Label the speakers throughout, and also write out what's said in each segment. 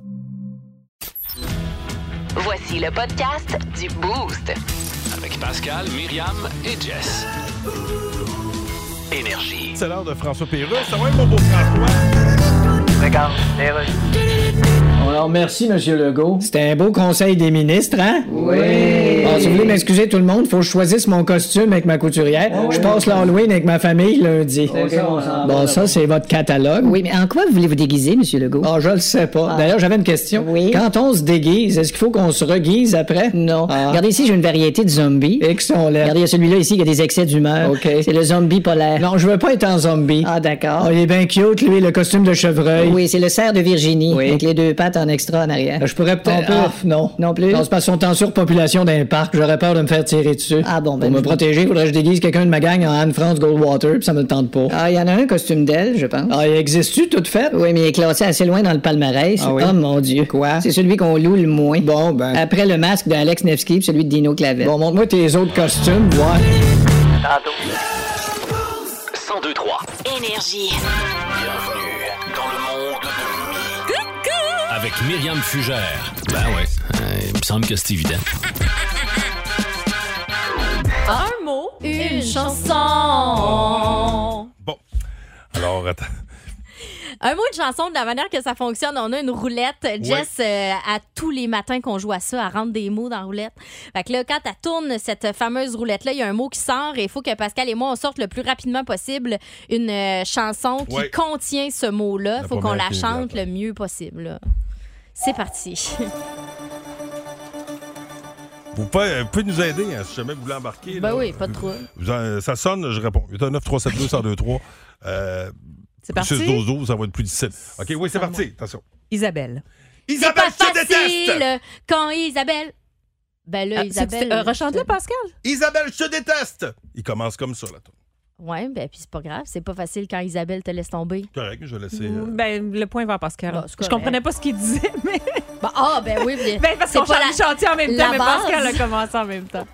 Speaker 1: Voici le podcast du Boost.
Speaker 2: Avec Pascal, Myriam et Jess. Énergie.
Speaker 3: C'est l'heure de François Pérusse. Ça va être mon beau François?
Speaker 4: Regarde, Alors, merci, M. Legault.
Speaker 5: C'était un beau conseil des ministres, hein?
Speaker 4: Oui.
Speaker 5: Bon, si vous voulez m'excuser, tout le monde, faut que je choisisse mon costume avec ma couturière.
Speaker 4: Oui.
Speaker 5: Je passe l'Halloween avec ma famille lundi.
Speaker 4: C'est ça, on s'en
Speaker 5: Bon,
Speaker 4: va.
Speaker 5: ça, c'est votre catalogue.
Speaker 6: Oui, mais en quoi voulez-vous déguiser, Monsieur Legault?
Speaker 5: Ah, je le sais pas.
Speaker 6: Ah.
Speaker 5: D'ailleurs, j'avais une question.
Speaker 6: Oui.
Speaker 5: Quand on se déguise, est-ce qu'il faut qu'on se reguise après?
Speaker 6: Non.
Speaker 5: Ah.
Speaker 6: Regardez ici, j'ai une variété de zombies.
Speaker 5: Et qui sont là.
Speaker 6: Regardez, il y a celui-là ici qui a des excès d'humeur.
Speaker 5: OK.
Speaker 6: C'est le zombie polaire.
Speaker 5: Non, je veux pas être un zombie.
Speaker 6: Ah, d'accord.
Speaker 5: Ah, il est bien cute, lui, le costume de chevreuil.
Speaker 6: Oui, c'est le cerf de Virginie,
Speaker 5: Oui.
Speaker 6: avec les deux pattes en extra en arrière.
Speaker 5: Je pourrais peut-être.
Speaker 6: Ah,
Speaker 5: Ah, non.
Speaker 6: non plus.
Speaker 5: Non, c'est parce qu'on est en surpopulation d'un parc. J'aurais peur de me faire tirer dessus.
Speaker 6: Ah, bon, ben,
Speaker 5: Pour me
Speaker 6: je-
Speaker 5: protéger, faudrait que je déguise quelqu'un de ma gang en Anne-France Goldwater, puis ça me tente pas.
Speaker 6: Ah, il y en a un costume d'elle, je pense.
Speaker 5: Ah, il existe-tu, toute faite?
Speaker 6: Oui, mais il est classé assez loin dans le palmarès.
Speaker 5: Ah oui?
Speaker 6: Oh mon Dieu.
Speaker 5: Quoi?
Speaker 6: C'est celui qu'on loue le moins.
Speaker 5: Bon, ben.
Speaker 6: Après le masque d'Alex Nevsky puis celui de Dino Clavel.
Speaker 5: Bon, montre-moi tes autres costumes, voir.
Speaker 2: 102 3.
Speaker 1: Énergie.
Speaker 2: Bienvenue dans le monde de Mi. Avec Myriam Fugère. Ben ouais, euh, il me semble que c'est évident.
Speaker 7: Un mot, une, chanson.
Speaker 3: Bon. Alors, attends.
Speaker 7: Un mot, une chanson, de la manière que ça fonctionne, on a une roulette. Jess, euh, à tous les matins qu'on joue à ça, à rentre des mots dans la roulette. Fait que là, quand elle tourne cette fameuse roulette-là, il y a un mot qui sort et il faut que Pascal et moi, on sorte le plus rapidement possible une euh, chanson qui
Speaker 3: Ouais.
Speaker 7: contient ce mot-là.
Speaker 3: La
Speaker 7: faut qu'on
Speaker 3: première
Speaker 7: la
Speaker 3: qui est
Speaker 7: chante le
Speaker 3: là.
Speaker 7: mieux possible. là. C'est parti.
Speaker 3: Vous pouvez, vous pouvez nous aider hein, si jamais vous voulez embarquer.
Speaker 7: ben
Speaker 3: là.
Speaker 7: oui, pas de trouble.
Speaker 3: Vous en- euh, ça sonne, je réponds. 9 3 7 2 102 3. Euh,
Speaker 8: C'est parti.
Speaker 3: 6 12 12, ça va être plus difficile. OK, oui, c'est
Speaker 7: Ah,
Speaker 3: parti. Attention.
Speaker 8: Isabelle.
Speaker 7: C'est pas
Speaker 3: Isabelle, je te déteste!
Speaker 7: facile quand Isabelle. Ben là,
Speaker 8: Ah, c'est-
Speaker 7: Isabelle.
Speaker 8: c'est- euh, Rechante-le, Pascal.
Speaker 3: Isabelle, je te déteste! Il commence comme ça, là. toi.
Speaker 7: Ouais, ben puis c'est pas grave, c'est pas facile quand Isabelle te laisse tomber.
Speaker 3: Correct, je vais laisser. euh,
Speaker 8: Ben, le point va à Pascal.
Speaker 7: Bon, c'est
Speaker 8: je
Speaker 7: correct.
Speaker 8: comprenais pas ce qu'il disait, mais.
Speaker 7: Ben, Ah, ben oui, bien.
Speaker 8: Ben, parce
Speaker 7: C'est
Speaker 8: qu'on
Speaker 7: pas
Speaker 8: chante- chantait en même
Speaker 7: la
Speaker 8: temps, mais
Speaker 7: base.
Speaker 8: Pascal a commencé en même temps.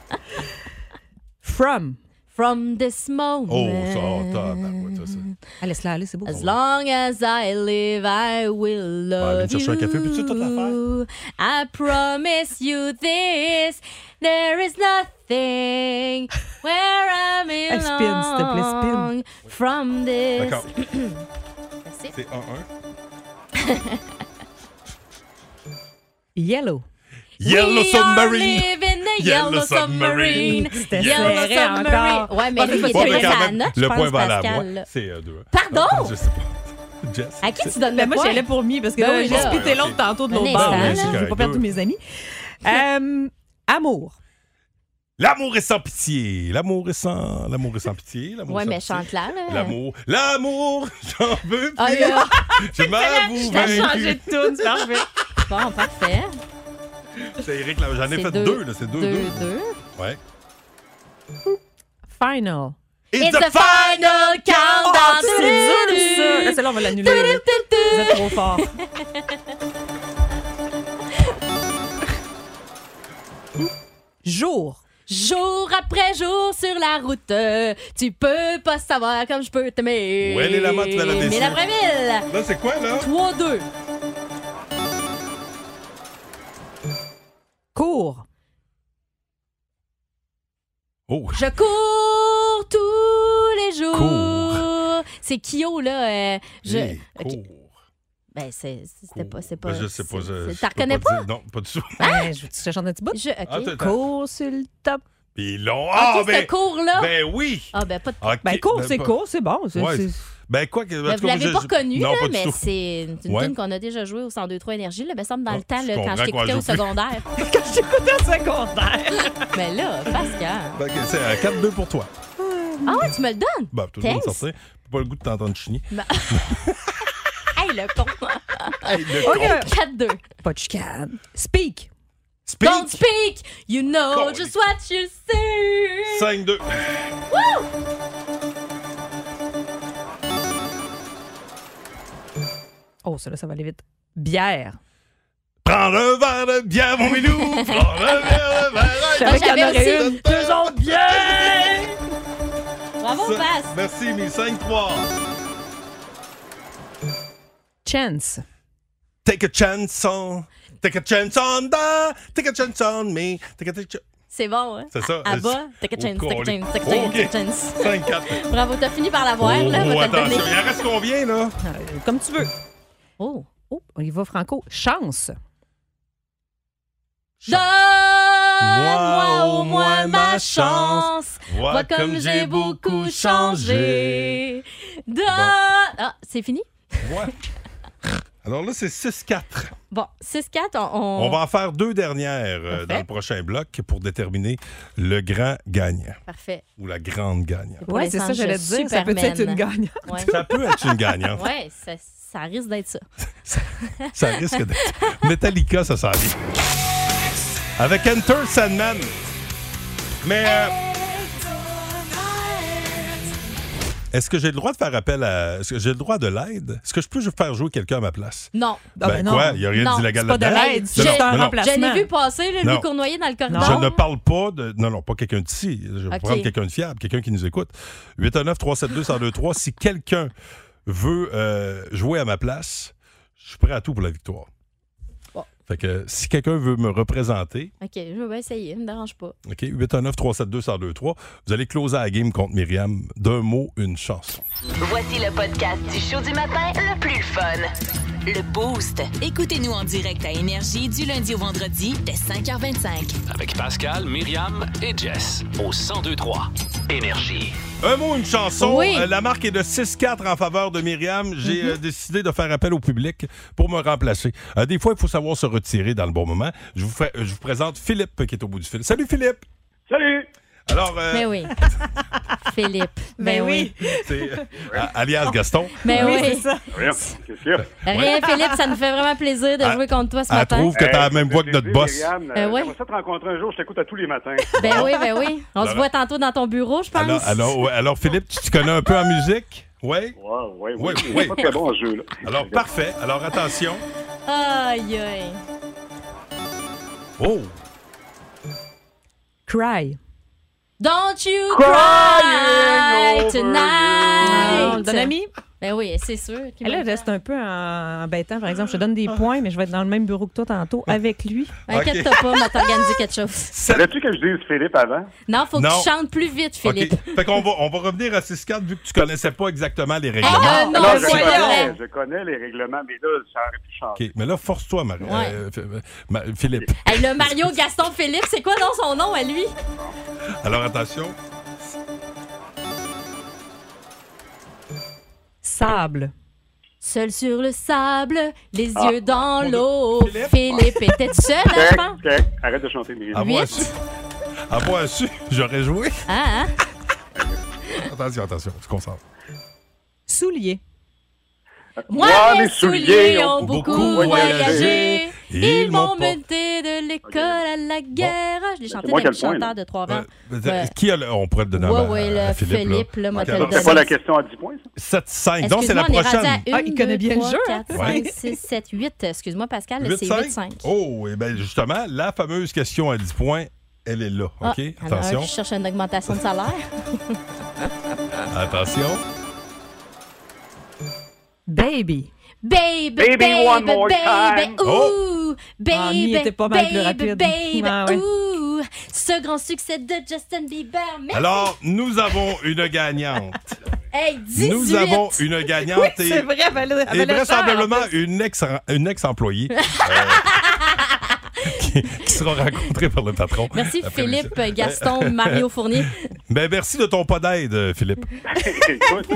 Speaker 8: From.
Speaker 7: From this moment.
Speaker 3: Oh, ça, oh, tabarouette, ça, ça.
Speaker 8: Allez, Ah, laisse-la aller, c'est beau.
Speaker 7: As long as I live, I will
Speaker 3: aller
Speaker 7: love
Speaker 3: me chercher un café, puis tu sais, toute
Speaker 7: you. I promise you this. There is nothing where I'm
Speaker 8: Elle spin, s'il te plaît, spin.
Speaker 7: belong From this.
Speaker 3: D'accord.
Speaker 7: Merci.
Speaker 3: C'est 1-1.
Speaker 8: Yellow.
Speaker 3: Yellow
Speaker 7: We are
Speaker 3: Submarine!
Speaker 7: living the
Speaker 3: Yellow
Speaker 7: Yellow, Submarine.
Speaker 8: C'était
Speaker 7: Yellow
Speaker 8: serré
Speaker 7: Submarine.
Speaker 8: encore.
Speaker 7: Ouais, mais
Speaker 8: Ah,
Speaker 7: lui, il
Speaker 8: c'est
Speaker 7: était
Speaker 8: pas
Speaker 3: mais
Speaker 8: vrai,
Speaker 7: dans
Speaker 3: quand
Speaker 7: sa
Speaker 3: même,
Speaker 7: note, je
Speaker 3: le
Speaker 7: pense,
Speaker 3: point va à
Speaker 7: Pascal,
Speaker 3: moi.
Speaker 7: là.
Speaker 3: C'est euh, 2
Speaker 7: Pardon?
Speaker 3: Je sais pas. Jess.
Speaker 7: À qui tu donnes
Speaker 8: Ben,
Speaker 7: le
Speaker 8: moi,
Speaker 7: point?
Speaker 8: j'allais pour mi, parce que
Speaker 7: Ben
Speaker 8: là,
Speaker 7: oui,
Speaker 8: j'ai
Speaker 7: là.
Speaker 8: spité
Speaker 3: Ouais,
Speaker 8: l'autre
Speaker 3: ok.
Speaker 8: tantôt de l'autre
Speaker 7: Un
Speaker 8: bord.
Speaker 7: instant,
Speaker 8: là.
Speaker 7: là.
Speaker 8: Je vais pas perdre tous mes amis. Euh, amour.
Speaker 3: L'amour est sans pitié. L'amour est sans. L'amour est sans pitié. L'amour
Speaker 7: Ouais,
Speaker 3: est sans
Speaker 7: mais
Speaker 3: pitié.
Speaker 7: chante-la, là.
Speaker 3: L'amour, l'amour, j'en veux
Speaker 7: Ah,
Speaker 3: plus.
Speaker 7: là.
Speaker 3: je m'avoue
Speaker 8: T'as changé
Speaker 3: vaincu.
Speaker 8: de tune, c'est parfait.
Speaker 7: Bon, parfait.
Speaker 3: C'est Eric, là, j'en ai
Speaker 7: C'est
Speaker 3: fait
Speaker 7: deux.
Speaker 3: deux, là, c'est deux, deux.
Speaker 7: 2-2.
Speaker 3: Ouais.
Speaker 8: Final.
Speaker 7: It's the final countdown.
Speaker 8: Oh, c'est dur, ça. Là, celle-là, on va l'annuler. là. Vous êtes trop fort. Jour.
Speaker 7: Jour après jour sur la route, euh, tu peux pas savoir comme je peux t'aimer.
Speaker 3: Où elle est la mode, tu vas la dessus.
Speaker 7: Mais laprès mille
Speaker 3: Là, c'est quoi, là?
Speaker 7: 3-2.
Speaker 8: Cours.
Speaker 3: Oh,
Speaker 7: Je cours tous les jours.
Speaker 3: Cours.
Speaker 7: C'est Kyo, là. euh, je...
Speaker 3: hey,
Speaker 7: Ok,
Speaker 3: cours,
Speaker 7: Ben, c'est- c'était
Speaker 3: cours.
Speaker 7: pas. C'est pas
Speaker 3: Ben, je sais pas.
Speaker 7: c'est-
Speaker 3: Je,
Speaker 7: T'en reconnais pas?
Speaker 3: dire- Non, pas du tout.
Speaker 8: Ben, je je te chante un petit bout.
Speaker 7: Ah! Je, ok.
Speaker 3: Attends, attends.
Speaker 8: Cours sur le top.
Speaker 3: Puis ils l'ont.
Speaker 7: Ah,
Speaker 3: Ah,
Speaker 7: ce
Speaker 3: ben,
Speaker 7: cours-là.
Speaker 3: ben oui.
Speaker 7: Ah, ben, pas de.
Speaker 3: Ok,
Speaker 8: Ben, cours, c'est
Speaker 3: pas-
Speaker 8: cours, c'est bon. c'est-
Speaker 3: Ouais,
Speaker 8: c'est-
Speaker 3: Ben, quoi que. en
Speaker 7: Ben,
Speaker 3: tout
Speaker 7: vous
Speaker 3: cas,
Speaker 7: l'avez
Speaker 3: je-
Speaker 7: pas
Speaker 3: je-
Speaker 7: connu,
Speaker 3: non,
Speaker 7: là,
Speaker 3: pas du
Speaker 7: mais
Speaker 3: tout.
Speaker 7: c'est une tune
Speaker 3: Ouais.
Speaker 7: qu'on a déjà jouée au 102.3 Énergie. Là, me semble dans
Speaker 3: Ah,
Speaker 7: le temps,
Speaker 3: je
Speaker 7: là, quand
Speaker 3: comprends
Speaker 7: je
Speaker 3: qu'on
Speaker 7: t'écoutais au
Speaker 3: joue plus.
Speaker 7: secondaire.
Speaker 8: Quand j'écoute un secondaire.
Speaker 7: Mais là, Pascal.
Speaker 3: Ben, ok, c'est à 4-2 pour toi.
Speaker 7: Ah ouais, tu me le donnes?
Speaker 3: Ben, tout le monde
Speaker 7: Thanks.
Speaker 3: sortait. Pas le goût de t'entendre chigner.
Speaker 7: Hey, le con!
Speaker 3: Hey, le con.
Speaker 8: OK.
Speaker 7: 4-2.
Speaker 8: Euh. Pas de chicane. Speak.
Speaker 3: Speak.
Speaker 7: Don't speak. You know just what you say.
Speaker 3: 5-2.
Speaker 7: Woo!
Speaker 8: Oh, ça, là, ça va aller vite. Bière.
Speaker 3: Prendre un verre de bière, mon minou! Prendre un verre de
Speaker 8: Je
Speaker 3: bière!
Speaker 8: savais qu'il y en aurait une. Deux autres bières!
Speaker 7: Bravo,
Speaker 3: Ça-
Speaker 7: passe.
Speaker 3: Merci, mais 5-3.
Speaker 8: Chance.
Speaker 3: Take a chance on. Take a chance on da. Take a chance on me. Take a take a-
Speaker 7: C'est bon, hein?
Speaker 3: C'est ça.
Speaker 7: À, à bas, take a chance,
Speaker 3: Oh,
Speaker 7: take a chance, take a
Speaker 3: oh,
Speaker 7: chance,
Speaker 3: ok.
Speaker 7: take a chance.
Speaker 3: 5-4.
Speaker 7: Bravo, t'as fini par l'avoir, là.
Speaker 3: Oh,
Speaker 7: va te le
Speaker 3: attention,
Speaker 7: donner.
Speaker 3: il en reste combien, là?
Speaker 8: Euh, Comme tu veux.
Speaker 7: Oh.
Speaker 8: Oh, on y va, Franco. Chance.
Speaker 7: Donne-moi
Speaker 3: Moi
Speaker 7: au moins ma chance.
Speaker 3: Vois
Speaker 7: Vois comme j'ai beaucoup changé. Donne. Ah, c'est fini?
Speaker 3: Ouais. Alors là, c'est 6-4.
Speaker 7: Bon, 6-4, on, on-
Speaker 3: On va en faire deux dernières euh, dans le prochain bloc pour déterminer le grand gagnant
Speaker 7: Parfait.
Speaker 3: ou la grande gagnante.
Speaker 7: Pour
Speaker 8: Ouais, c'est ça,
Speaker 7: l'instant,
Speaker 8: j'allais
Speaker 7: je
Speaker 8: te dire. Ça peut être
Speaker 7: superman.
Speaker 8: une gagnante.
Speaker 7: Ouais,
Speaker 3: Ça peut être une gagnante.
Speaker 7: ouais ça, ça risque d'être ça.
Speaker 3: Ça risque d'être. Metallica, ça s'en vient. Avec Enter Sandman. Mais. euh, Est-ce que j'ai le droit de faire appel à. Est-ce que j'ai le droit de l'aide? Est-ce que je peux faire jouer quelqu'un à ma place?
Speaker 7: Non.
Speaker 8: Ah,
Speaker 3: ben
Speaker 8: ben non.
Speaker 3: quoi? Il n'y a rien
Speaker 7: Non,
Speaker 3: d'illégal
Speaker 8: c'est pas de
Speaker 3: là-dedans.
Speaker 8: l'aide,
Speaker 3: Non,
Speaker 8: c'est
Speaker 3: non,
Speaker 8: juste un
Speaker 3: non, non.
Speaker 8: remplacement.
Speaker 7: J'allais vu passer, là,
Speaker 3: Non.
Speaker 7: lui cournoyer dans le corridor.
Speaker 8: Non.
Speaker 3: Je ne parle pas de. Non, non, pas quelqu'un d'ici. Je vais
Speaker 7: Ok.
Speaker 3: prendre quelqu'un de fiable, quelqu'un qui nous écoute. 819-372-1023. si quelqu'un veut euh, jouer à ma place, je suis prêt à tout pour la victoire.
Speaker 7: Bon.
Speaker 3: Fait que si quelqu'un veut me représenter,
Speaker 7: OK, je vais essayer, ne me dérange pas.
Speaker 3: OK, 819-372-1023, vous allez closer la game contre Myriam d'un mot, une chanson.
Speaker 1: Voici le podcast du show du matin le plus fun.
Speaker 9: Le Boost. Écoutez-nous en direct à Énergie du lundi au vendredi dès 5h25.
Speaker 2: Avec Pascal, Myriam et Jess au 1023 Énergie.
Speaker 3: Un mot, une chanson.
Speaker 7: Oui. Mhm.
Speaker 3: Euh, la marque est de 6-4 en faveur de Myriam. J'ai euh, décidé de faire appel au public pour me remplacer. Euh, des fois, il faut savoir se retirer dans le bon moment. Je vous, fais- euh, je vous présente Philippe qui est au bout du fil. Salut Philippe!
Speaker 10: Salut!
Speaker 3: Alors, euh,
Speaker 7: Mais oui. Philippe. Mais
Speaker 8: Ben
Speaker 7: oui.
Speaker 8: oui.
Speaker 3: c'est euh, a- alias Gaston.
Speaker 7: Mais
Speaker 8: Oui,
Speaker 7: oui.
Speaker 8: c'est ça.
Speaker 10: Rien. Qu'est-ce qu'il y a?
Speaker 7: Rien, Philippe, ça nous fait vraiment plaisir de
Speaker 3: Elle-
Speaker 7: jouer contre toi ce
Speaker 3: Elle
Speaker 7: matin.
Speaker 3: trouve que t'as la même voix que
Speaker 10: J'ai
Speaker 3: notre
Speaker 10: dit,
Speaker 3: boss.
Speaker 10: Myriam, euh,
Speaker 7: Euh, ouais.
Speaker 10: j'aimerais ça te rencontrer un jour, je t'écoute à tous les matins.
Speaker 7: Ben oui, ben oui. On se
Speaker 3: Alors-
Speaker 7: voit tantôt dans ton bureau, je pense.
Speaker 3: Alors, alors, ouais, alors, Philippe, tu te connais un peu en musique? Oui?
Speaker 10: Wow, ouais,
Speaker 3: Ouais,
Speaker 10: ouais, c'est
Speaker 3: ouais.
Speaker 10: pas très bon en jeu, là.
Speaker 3: Alors, parfait. Alors, attention.
Speaker 7: Aïe, aïe.
Speaker 3: Oh!
Speaker 8: Cry.
Speaker 7: Don't you
Speaker 10: Crying
Speaker 7: cry
Speaker 10: over
Speaker 7: tonight.
Speaker 8: on le donne à Mi?
Speaker 7: Ben oui, c'est sûr. qu'il
Speaker 8: Elle,
Speaker 7: me
Speaker 8: là,
Speaker 7: le
Speaker 8: reste un peu en- embêtant. Par exemple, je te donne des points, mais je vais être dans le même bureau que toi tantôt
Speaker 3: Ah.
Speaker 8: avec lui.
Speaker 7: fait. Ah. Inquiète-toi pas, on va t'organiser quelque chose.
Speaker 10: Savais-tu que je dise Philippe avant?
Speaker 7: Non, faut
Speaker 3: Non.
Speaker 7: que tu chantes plus vite,
Speaker 3: OK.
Speaker 7: Philippe.
Speaker 3: Fait qu'on va, on va revenir à 6-4 vu que tu connaissais pas exactement les règlements.
Speaker 7: Ah, non,
Speaker 10: Alors, je,
Speaker 7: voyons.
Speaker 10: connais, je connais les règlements, mais là, ça aurait pu changer.
Speaker 3: OK, mais là, force-toi, Mar-
Speaker 7: Ouais.
Speaker 3: euh, F- euh, Ma- Philippe.
Speaker 7: Hey, le Mario Gaston Philippe, c'est quoi non, son nom à lui?
Speaker 3: Alors, attention.
Speaker 8: Sable.
Speaker 7: Seul sur le sable, les
Speaker 10: Ah.
Speaker 7: yeux dans
Speaker 3: Mon Dieu.
Speaker 7: l'eau.
Speaker 3: Philippe?
Speaker 7: Philippe, était seul, hein, je
Speaker 10: Correct,
Speaker 7: pense.
Speaker 10: correct. Arrête de chanter, Myriam.
Speaker 3: À moi,
Speaker 7: Huit.
Speaker 3: su- à moi, su- j'aurais joué.
Speaker 7: Hein, hein?
Speaker 3: Attention, attention, tu te concentres.
Speaker 8: Soulier.
Speaker 10: Moi,
Speaker 7: Moi, mes
Speaker 10: mes souliers
Speaker 7: souliers ont
Speaker 10: ont
Speaker 7: beaucoup,
Speaker 3: beaucoup
Speaker 7: voyagé.
Speaker 3: voyagé.
Speaker 7: Ils m'ont
Speaker 3: pas-
Speaker 7: mené de l'école à la guerre. Je l'ai chanté
Speaker 10: moi
Speaker 7: d'un
Speaker 10: quel point,
Speaker 7: chanteur
Speaker 10: là.
Speaker 7: de Trois-Vents.
Speaker 3: Euh, mais,
Speaker 7: Ouais.
Speaker 3: euh, Qui a le- On pourrait le donner à-
Speaker 7: Ouais,
Speaker 3: à,
Speaker 7: ouais,
Speaker 3: à
Speaker 7: le
Speaker 3: Philippe. là.
Speaker 7: Philippe, là, moi,
Speaker 3: OK,
Speaker 7: t'as le
Speaker 3: alors,
Speaker 10: C'est pas la question à 10 points, ça?
Speaker 3: 7-5. Donc, c'est la
Speaker 7: Excuse-moi, on est rendu
Speaker 3: prochaine.
Speaker 7: à
Speaker 8: Ah, il connaît bien le jeu, hein?
Speaker 7: 5, 6, 7, 8. Excuse-moi, Pascal, c'est
Speaker 3: 8-5.
Speaker 7: 8-5.
Speaker 3: Oh, et bien, justement, la fameuse question à 10 points, elle est là.
Speaker 7: Ah,
Speaker 3: OK?
Speaker 7: alors,
Speaker 3: Attention.
Speaker 7: je cherche une augmentation de salaire.
Speaker 3: Attention.
Speaker 8: Baby.
Speaker 7: Baby,
Speaker 10: Baby, one more
Speaker 7: baby,
Speaker 10: time.
Speaker 3: Oh!
Speaker 7: ouh,
Speaker 8: Ah, Mi
Speaker 7: baby,
Speaker 8: était pas mal plus
Speaker 7: baby,
Speaker 8: rapide.
Speaker 7: baby,
Speaker 8: Ah, ouais.
Speaker 7: ouh, ce grand succès de Justin Bieber. Mais,
Speaker 3: Alors, nous avons une gagnante.
Speaker 7: hey, 18.
Speaker 3: Nous avons une gagnante
Speaker 8: Oui,
Speaker 3: et-
Speaker 8: c'est vrai. Elle a-
Speaker 3: et,
Speaker 8: elle a
Speaker 3: vraisemblablement
Speaker 8: peur.
Speaker 3: une ex- une ex-employée euh, qui, qui sera rencontrée par le patron.
Speaker 7: Merci
Speaker 3: après l'émission.
Speaker 7: Philippe, Gaston, Mario Fournier.
Speaker 3: Ben, merci de ton pas d'aide, euh, Philippe.
Speaker 10: Écoute,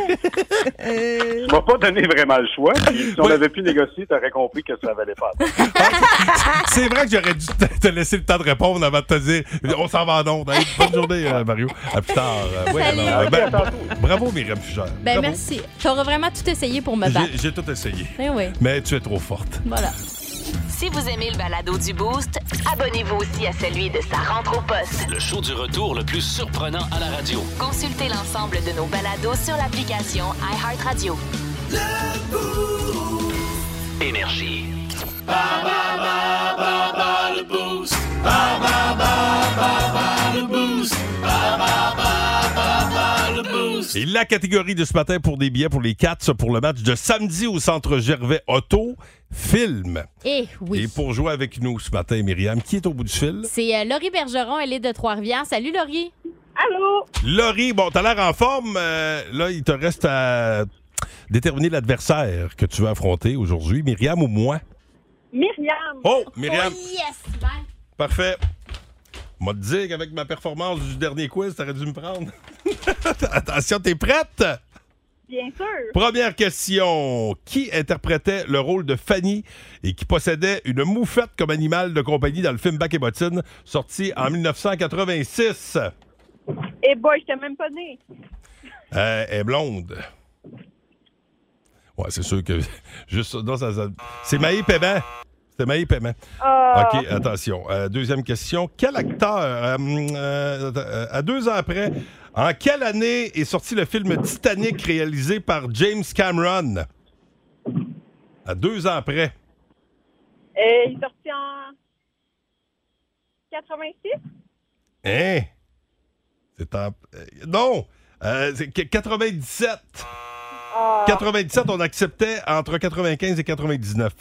Speaker 10: tu m'as pas donné vraiment le choix. puis si on
Speaker 3: Ouais.
Speaker 10: avait pu négocier, t'aurais compris que ça valait pas.
Speaker 3: C'est vrai que j'aurais dû te, te laisser le temps de répondre avant de te dire on s'en va en onde. Hey, bonne journée, euh, Mario. À plus tard. Euh, oui,
Speaker 7: Salut.
Speaker 3: alors, euh, ben,
Speaker 10: À tantôt.
Speaker 3: bravo, Myriam Fugère.
Speaker 7: Ben
Speaker 3: Bravo.
Speaker 7: merci. T'auras vraiment tout essayé pour me battre.
Speaker 3: J'ai- J'ai tout essayé.
Speaker 7: Eh oui,
Speaker 3: Mais tu es trop forte.
Speaker 7: voilà.
Speaker 9: Si vous aimez le balado du Boost, abonnez-vous aussi à celui de sa rentre au poste.
Speaker 2: Le show du retour le plus surprenant à la radio.
Speaker 9: Consultez l'ensemble de nos balados sur l'application iHeartRadio.
Speaker 2: Énergie.
Speaker 3: Et la catégorie de ce matin pour des billets pour les Cats pour le match de samedi au Centre Gervais Auto, film.
Speaker 7: Eh oui.
Speaker 3: Et pour jouer avec nous ce matin, Myriam, qui est au bout du fil?
Speaker 7: C'est euh, Laurie Bergeron, elle est de Trois-Rivières. Salut Laurie. Allô.
Speaker 3: Laurie, bon, t'as l'air en forme. euh, là, il te reste à déterminer l'adversaire que tu veux affronter aujourd'hui, Myriam ou moi.
Speaker 11: Myriam.
Speaker 3: Oh, Myriam.
Speaker 11: yes, bye.
Speaker 3: Parfait. M'a te dire qu'avec ma performance du dernier quiz, t'aurais dû me prendre. Attention, t'es prête?
Speaker 11: Bien sûr.
Speaker 3: Première question. Qui interprétait le rôle de Fanny et qui possédait une moufette comme animal de compagnie dans le film Bac et Bottine, sorti en 1986?
Speaker 11: Et Eh, boy, je t'ai même pas née.
Speaker 3: Euh, elle est blonde. Ouais, c'est sûr que. Juste, non, ça- ça- c'est Maï Paiement. C'était Maï Paiement.
Speaker 11: Ah.
Speaker 3: OK, attention. Euh, deuxième question. Quel acteur, euh, euh, attends, euh, à deux ans après, en quelle année est sorti le film Titanic réalisé par James Cameron? À deux ans après.
Speaker 11: Euh, il est sorti en 86.
Speaker 3: Hein? C'est en. euh, Non! Euh, c'est que- 97! 97, on acceptait entre 95 et 99.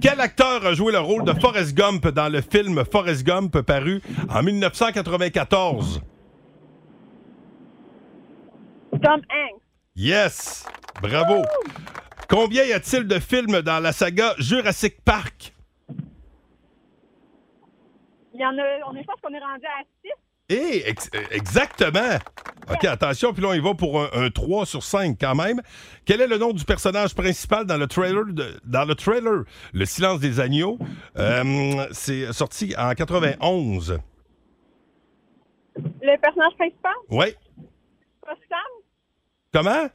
Speaker 3: Quel acteur a joué le rôle de Forrest Gump dans le film Forrest Gump paru en 1994?
Speaker 11: Tom Hanks.
Speaker 3: Yes! Bravo! Combien y a-t-il de films dans la saga Jurassic Park?
Speaker 11: Il y en a, on est, je pense qu'on est rendu à 6.
Speaker 3: Eh, ex- euh, exactement! OK, attention, puis là, on y va pour un, un 3 sur 5 quand même. Quel est le nom du personnage principal dans le trailer? de- dans le trailer, Le silence des agneaux, Euh, c'est sorti en 91.
Speaker 11: Le personnage principal,
Speaker 3: Oui.
Speaker 11: c'est pas Sam,
Speaker 3: Comment?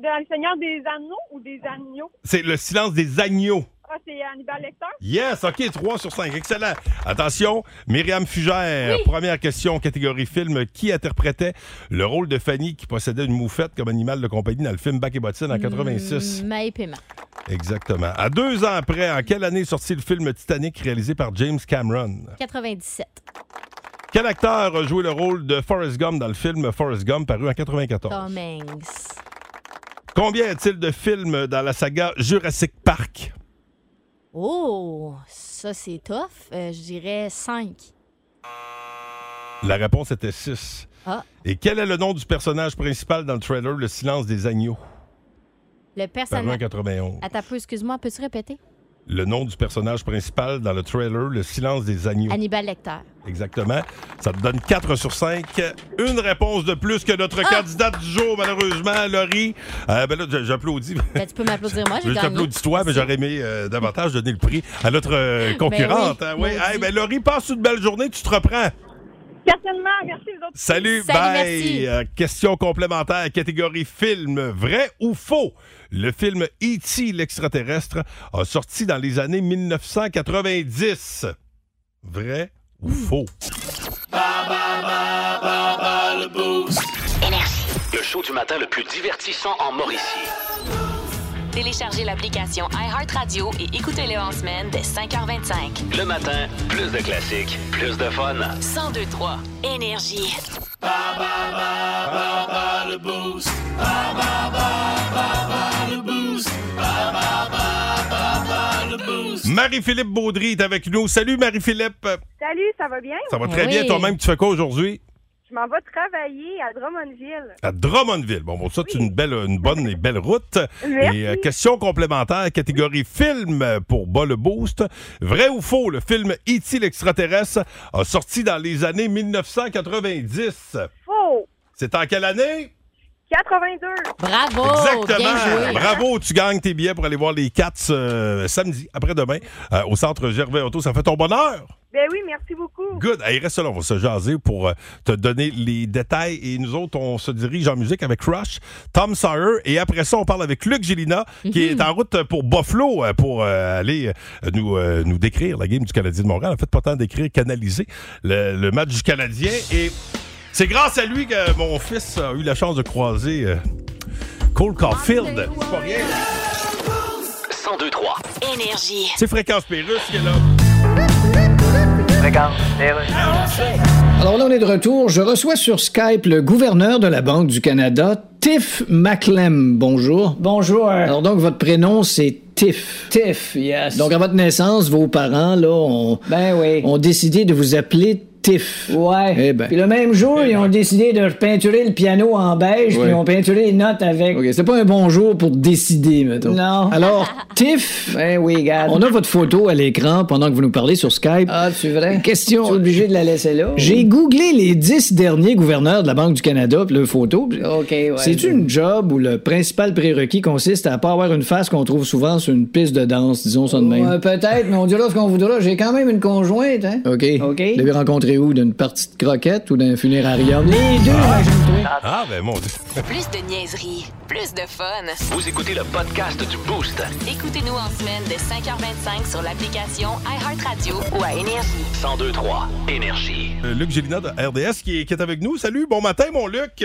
Speaker 11: dans Le Seigneur des Anneaux ou des Agneaux.
Speaker 3: C'est le silence des agneaux.
Speaker 11: Ah, c'est Hannibal Lecter.
Speaker 3: Yes, OK, 3 sur 5. Excellent. Attention, Myriam Fugère, première question, catégorie film. Qui interprétait le rôle de Fanny qui possédait une moufette comme animal de compagnie dans le film Bac et Bottine en 86?
Speaker 7: Mm, Maï Paiement.
Speaker 3: Exactement. À deux ans après, en quelle année est sorti le film Titanic réalisé par James Cameron?
Speaker 7: 97.
Speaker 3: Quel acteur a joué le rôle de Forrest Gump dans le film Forrest Gump paru en 94?
Speaker 7: Tom Hanks.
Speaker 3: Combien y a-t-il de films dans la saga Jurassic Park?
Speaker 7: Oh, ça c'est tough. Euh, je dirais 5.
Speaker 3: La réponse était 6.
Speaker 7: Ah,
Speaker 3: Et quel est le nom du personnage principal dans le trailer Le silence des agneaux?
Speaker 7: le
Speaker 3: Paru en
Speaker 7: personnage.
Speaker 3: 91.
Speaker 7: Attends un peu, excuse-moi, peux-tu répéter?
Speaker 3: Le nom du personnage principal dans le trailer Le silence des agneaux.
Speaker 7: Hannibal Lecter.
Speaker 3: Exactement. Ça te donne 4 sur 5. Une réponse de plus que notre
Speaker 7: Ah!
Speaker 3: candidate du jour, malheureusement, Laurie. Euh, ben là, j- j'applaudis.
Speaker 7: Ben, tu peux m'applaudir, moi, j'ai
Speaker 3: Je
Speaker 7: gagné.
Speaker 3: t'applaudis toi, mais j'aurais aimé euh, davantage donner le prix à notre euh, concurrente.
Speaker 7: Ben
Speaker 3: hein,
Speaker 7: oui,
Speaker 3: oui. Hey, ben, Laurie, passe une belle journée, tu te reprends.
Speaker 11: Certainement, merci les autres.
Speaker 3: Salut, bye. Euh, question complémentaire, catégorie film, vrai ou faux? Le film E.T. l'extraterrestre a sorti dans les années 1990. Vrai ou faux?
Speaker 2: Énergie. Le show du matin le plus divertissant en Mauricie.
Speaker 9: Téléchargez l'application iHeartRadio et écoutez-le en semaine dès 5h25.
Speaker 2: Le matin, plus de classiques, plus de fun.
Speaker 9: 1023 Énergie.
Speaker 3: Marie-Philippe Baudry est avec nous. Salut Marie-Philippe.
Speaker 12: Salut, ça va bien?
Speaker 3: Ça va
Speaker 7: Ben
Speaker 3: très bien toi-même. Tu fais quoi aujourd'hui?
Speaker 12: Je m'en vais travailler à Drummondville.
Speaker 3: À Drummondville. Bon, bon ça, c'est une, belle, une bonne et belle route.
Speaker 12: Merci.
Speaker 3: Et euh, question complémentaire, catégorie film euh, pour Bas le Boost. Vrai ou faux, le film E.T. l'extraterrestre a sorti dans les années 1990.
Speaker 11: Faux.
Speaker 3: C'est en quelle année?
Speaker 11: 82.
Speaker 7: Bravo.
Speaker 3: Exactement. Bravo, tu gagnes tes billets pour aller voir les Cats euh, samedi, après-demain, euh, au centre Gervais Auto. Ça fait ton bonheur.
Speaker 12: Ben oui, merci beaucoup.
Speaker 3: Good. Hey, reste là, on va se jaser pour euh, te donner les détails. Et nous autres, on se dirige en musique avec Rush, Tom Sawyer. Et après ça, on parle avec Luc Gélina, qui est en route pour Buffalo euh, pour euh, aller euh, nous, euh, nous décrire la game du Canadien de Montréal. En fait, pas tant décrire, canaliser le, le match du Canadien. Et c'est grâce à lui que mon fils a eu la chance de croiser euh, Cole Caulfield. C'est pas rien.
Speaker 13: 102-3.
Speaker 9: Énergie.
Speaker 3: C'est Fréquence Pérusse qui est là.
Speaker 12: Ah,
Speaker 5: Alors là, on est de retour. Je reçois sur Skype le gouverneur de la Banque du Canada, Tiff Maclem. Bonjour. Bonjour. Alors donc, votre prénom, c'est Tiff. Tiff, yes. Donc, à votre naissance, vos parents, là, ont,
Speaker 4: Ben
Speaker 5: ont décidé de vous appeler Tiff. Ouais. Eh ben.
Speaker 4: Puis le même jour, ils ont décidé de peinturer le piano en beige,
Speaker 5: Ouais.
Speaker 4: puis ils ont peinturé les notes avec.
Speaker 5: OK, c'est pas un bon jour pour décider, mettons.
Speaker 4: Non. Ben
Speaker 5: Alors, Tiff. oui, On a votre photo à l'écran pendant que vous nous parlez sur Skype.
Speaker 4: Ah, c'est vrai?
Speaker 5: Question.
Speaker 4: Tu es obligé de la laisser là?
Speaker 5: J'ai googlé les dix derniers gouverneurs de la Banque du Canada, puis le photo. puis-
Speaker 4: OK, ouais.
Speaker 5: C'est une job où le principal prérequis consiste à pas avoir une face qu'on trouve souvent sur une piste de danse, disons ça de même.
Speaker 4: Ouais, peut-être, mais on dira ce qu'on voudra. J'ai quand même une conjointe, hein?
Speaker 5: OK.
Speaker 4: OK.
Speaker 5: Vous l'avez rencontré où? D'une partie de croquette ou d'un funérarium? Les deux,
Speaker 3: Ah, ben mon Dieu.
Speaker 9: Plus de niaiserie, plus de fun.
Speaker 13: Vous écoutez le podcast du Boost.
Speaker 9: Écoutez-nous en semaine de 5h25 sur l'application iHeartRadio ou à Énergie.
Speaker 13: 102-3. Énergie.
Speaker 3: Euh, Luc Gélina de RDS qui est, qui est avec nous. Salut, bon matin, mon Luc.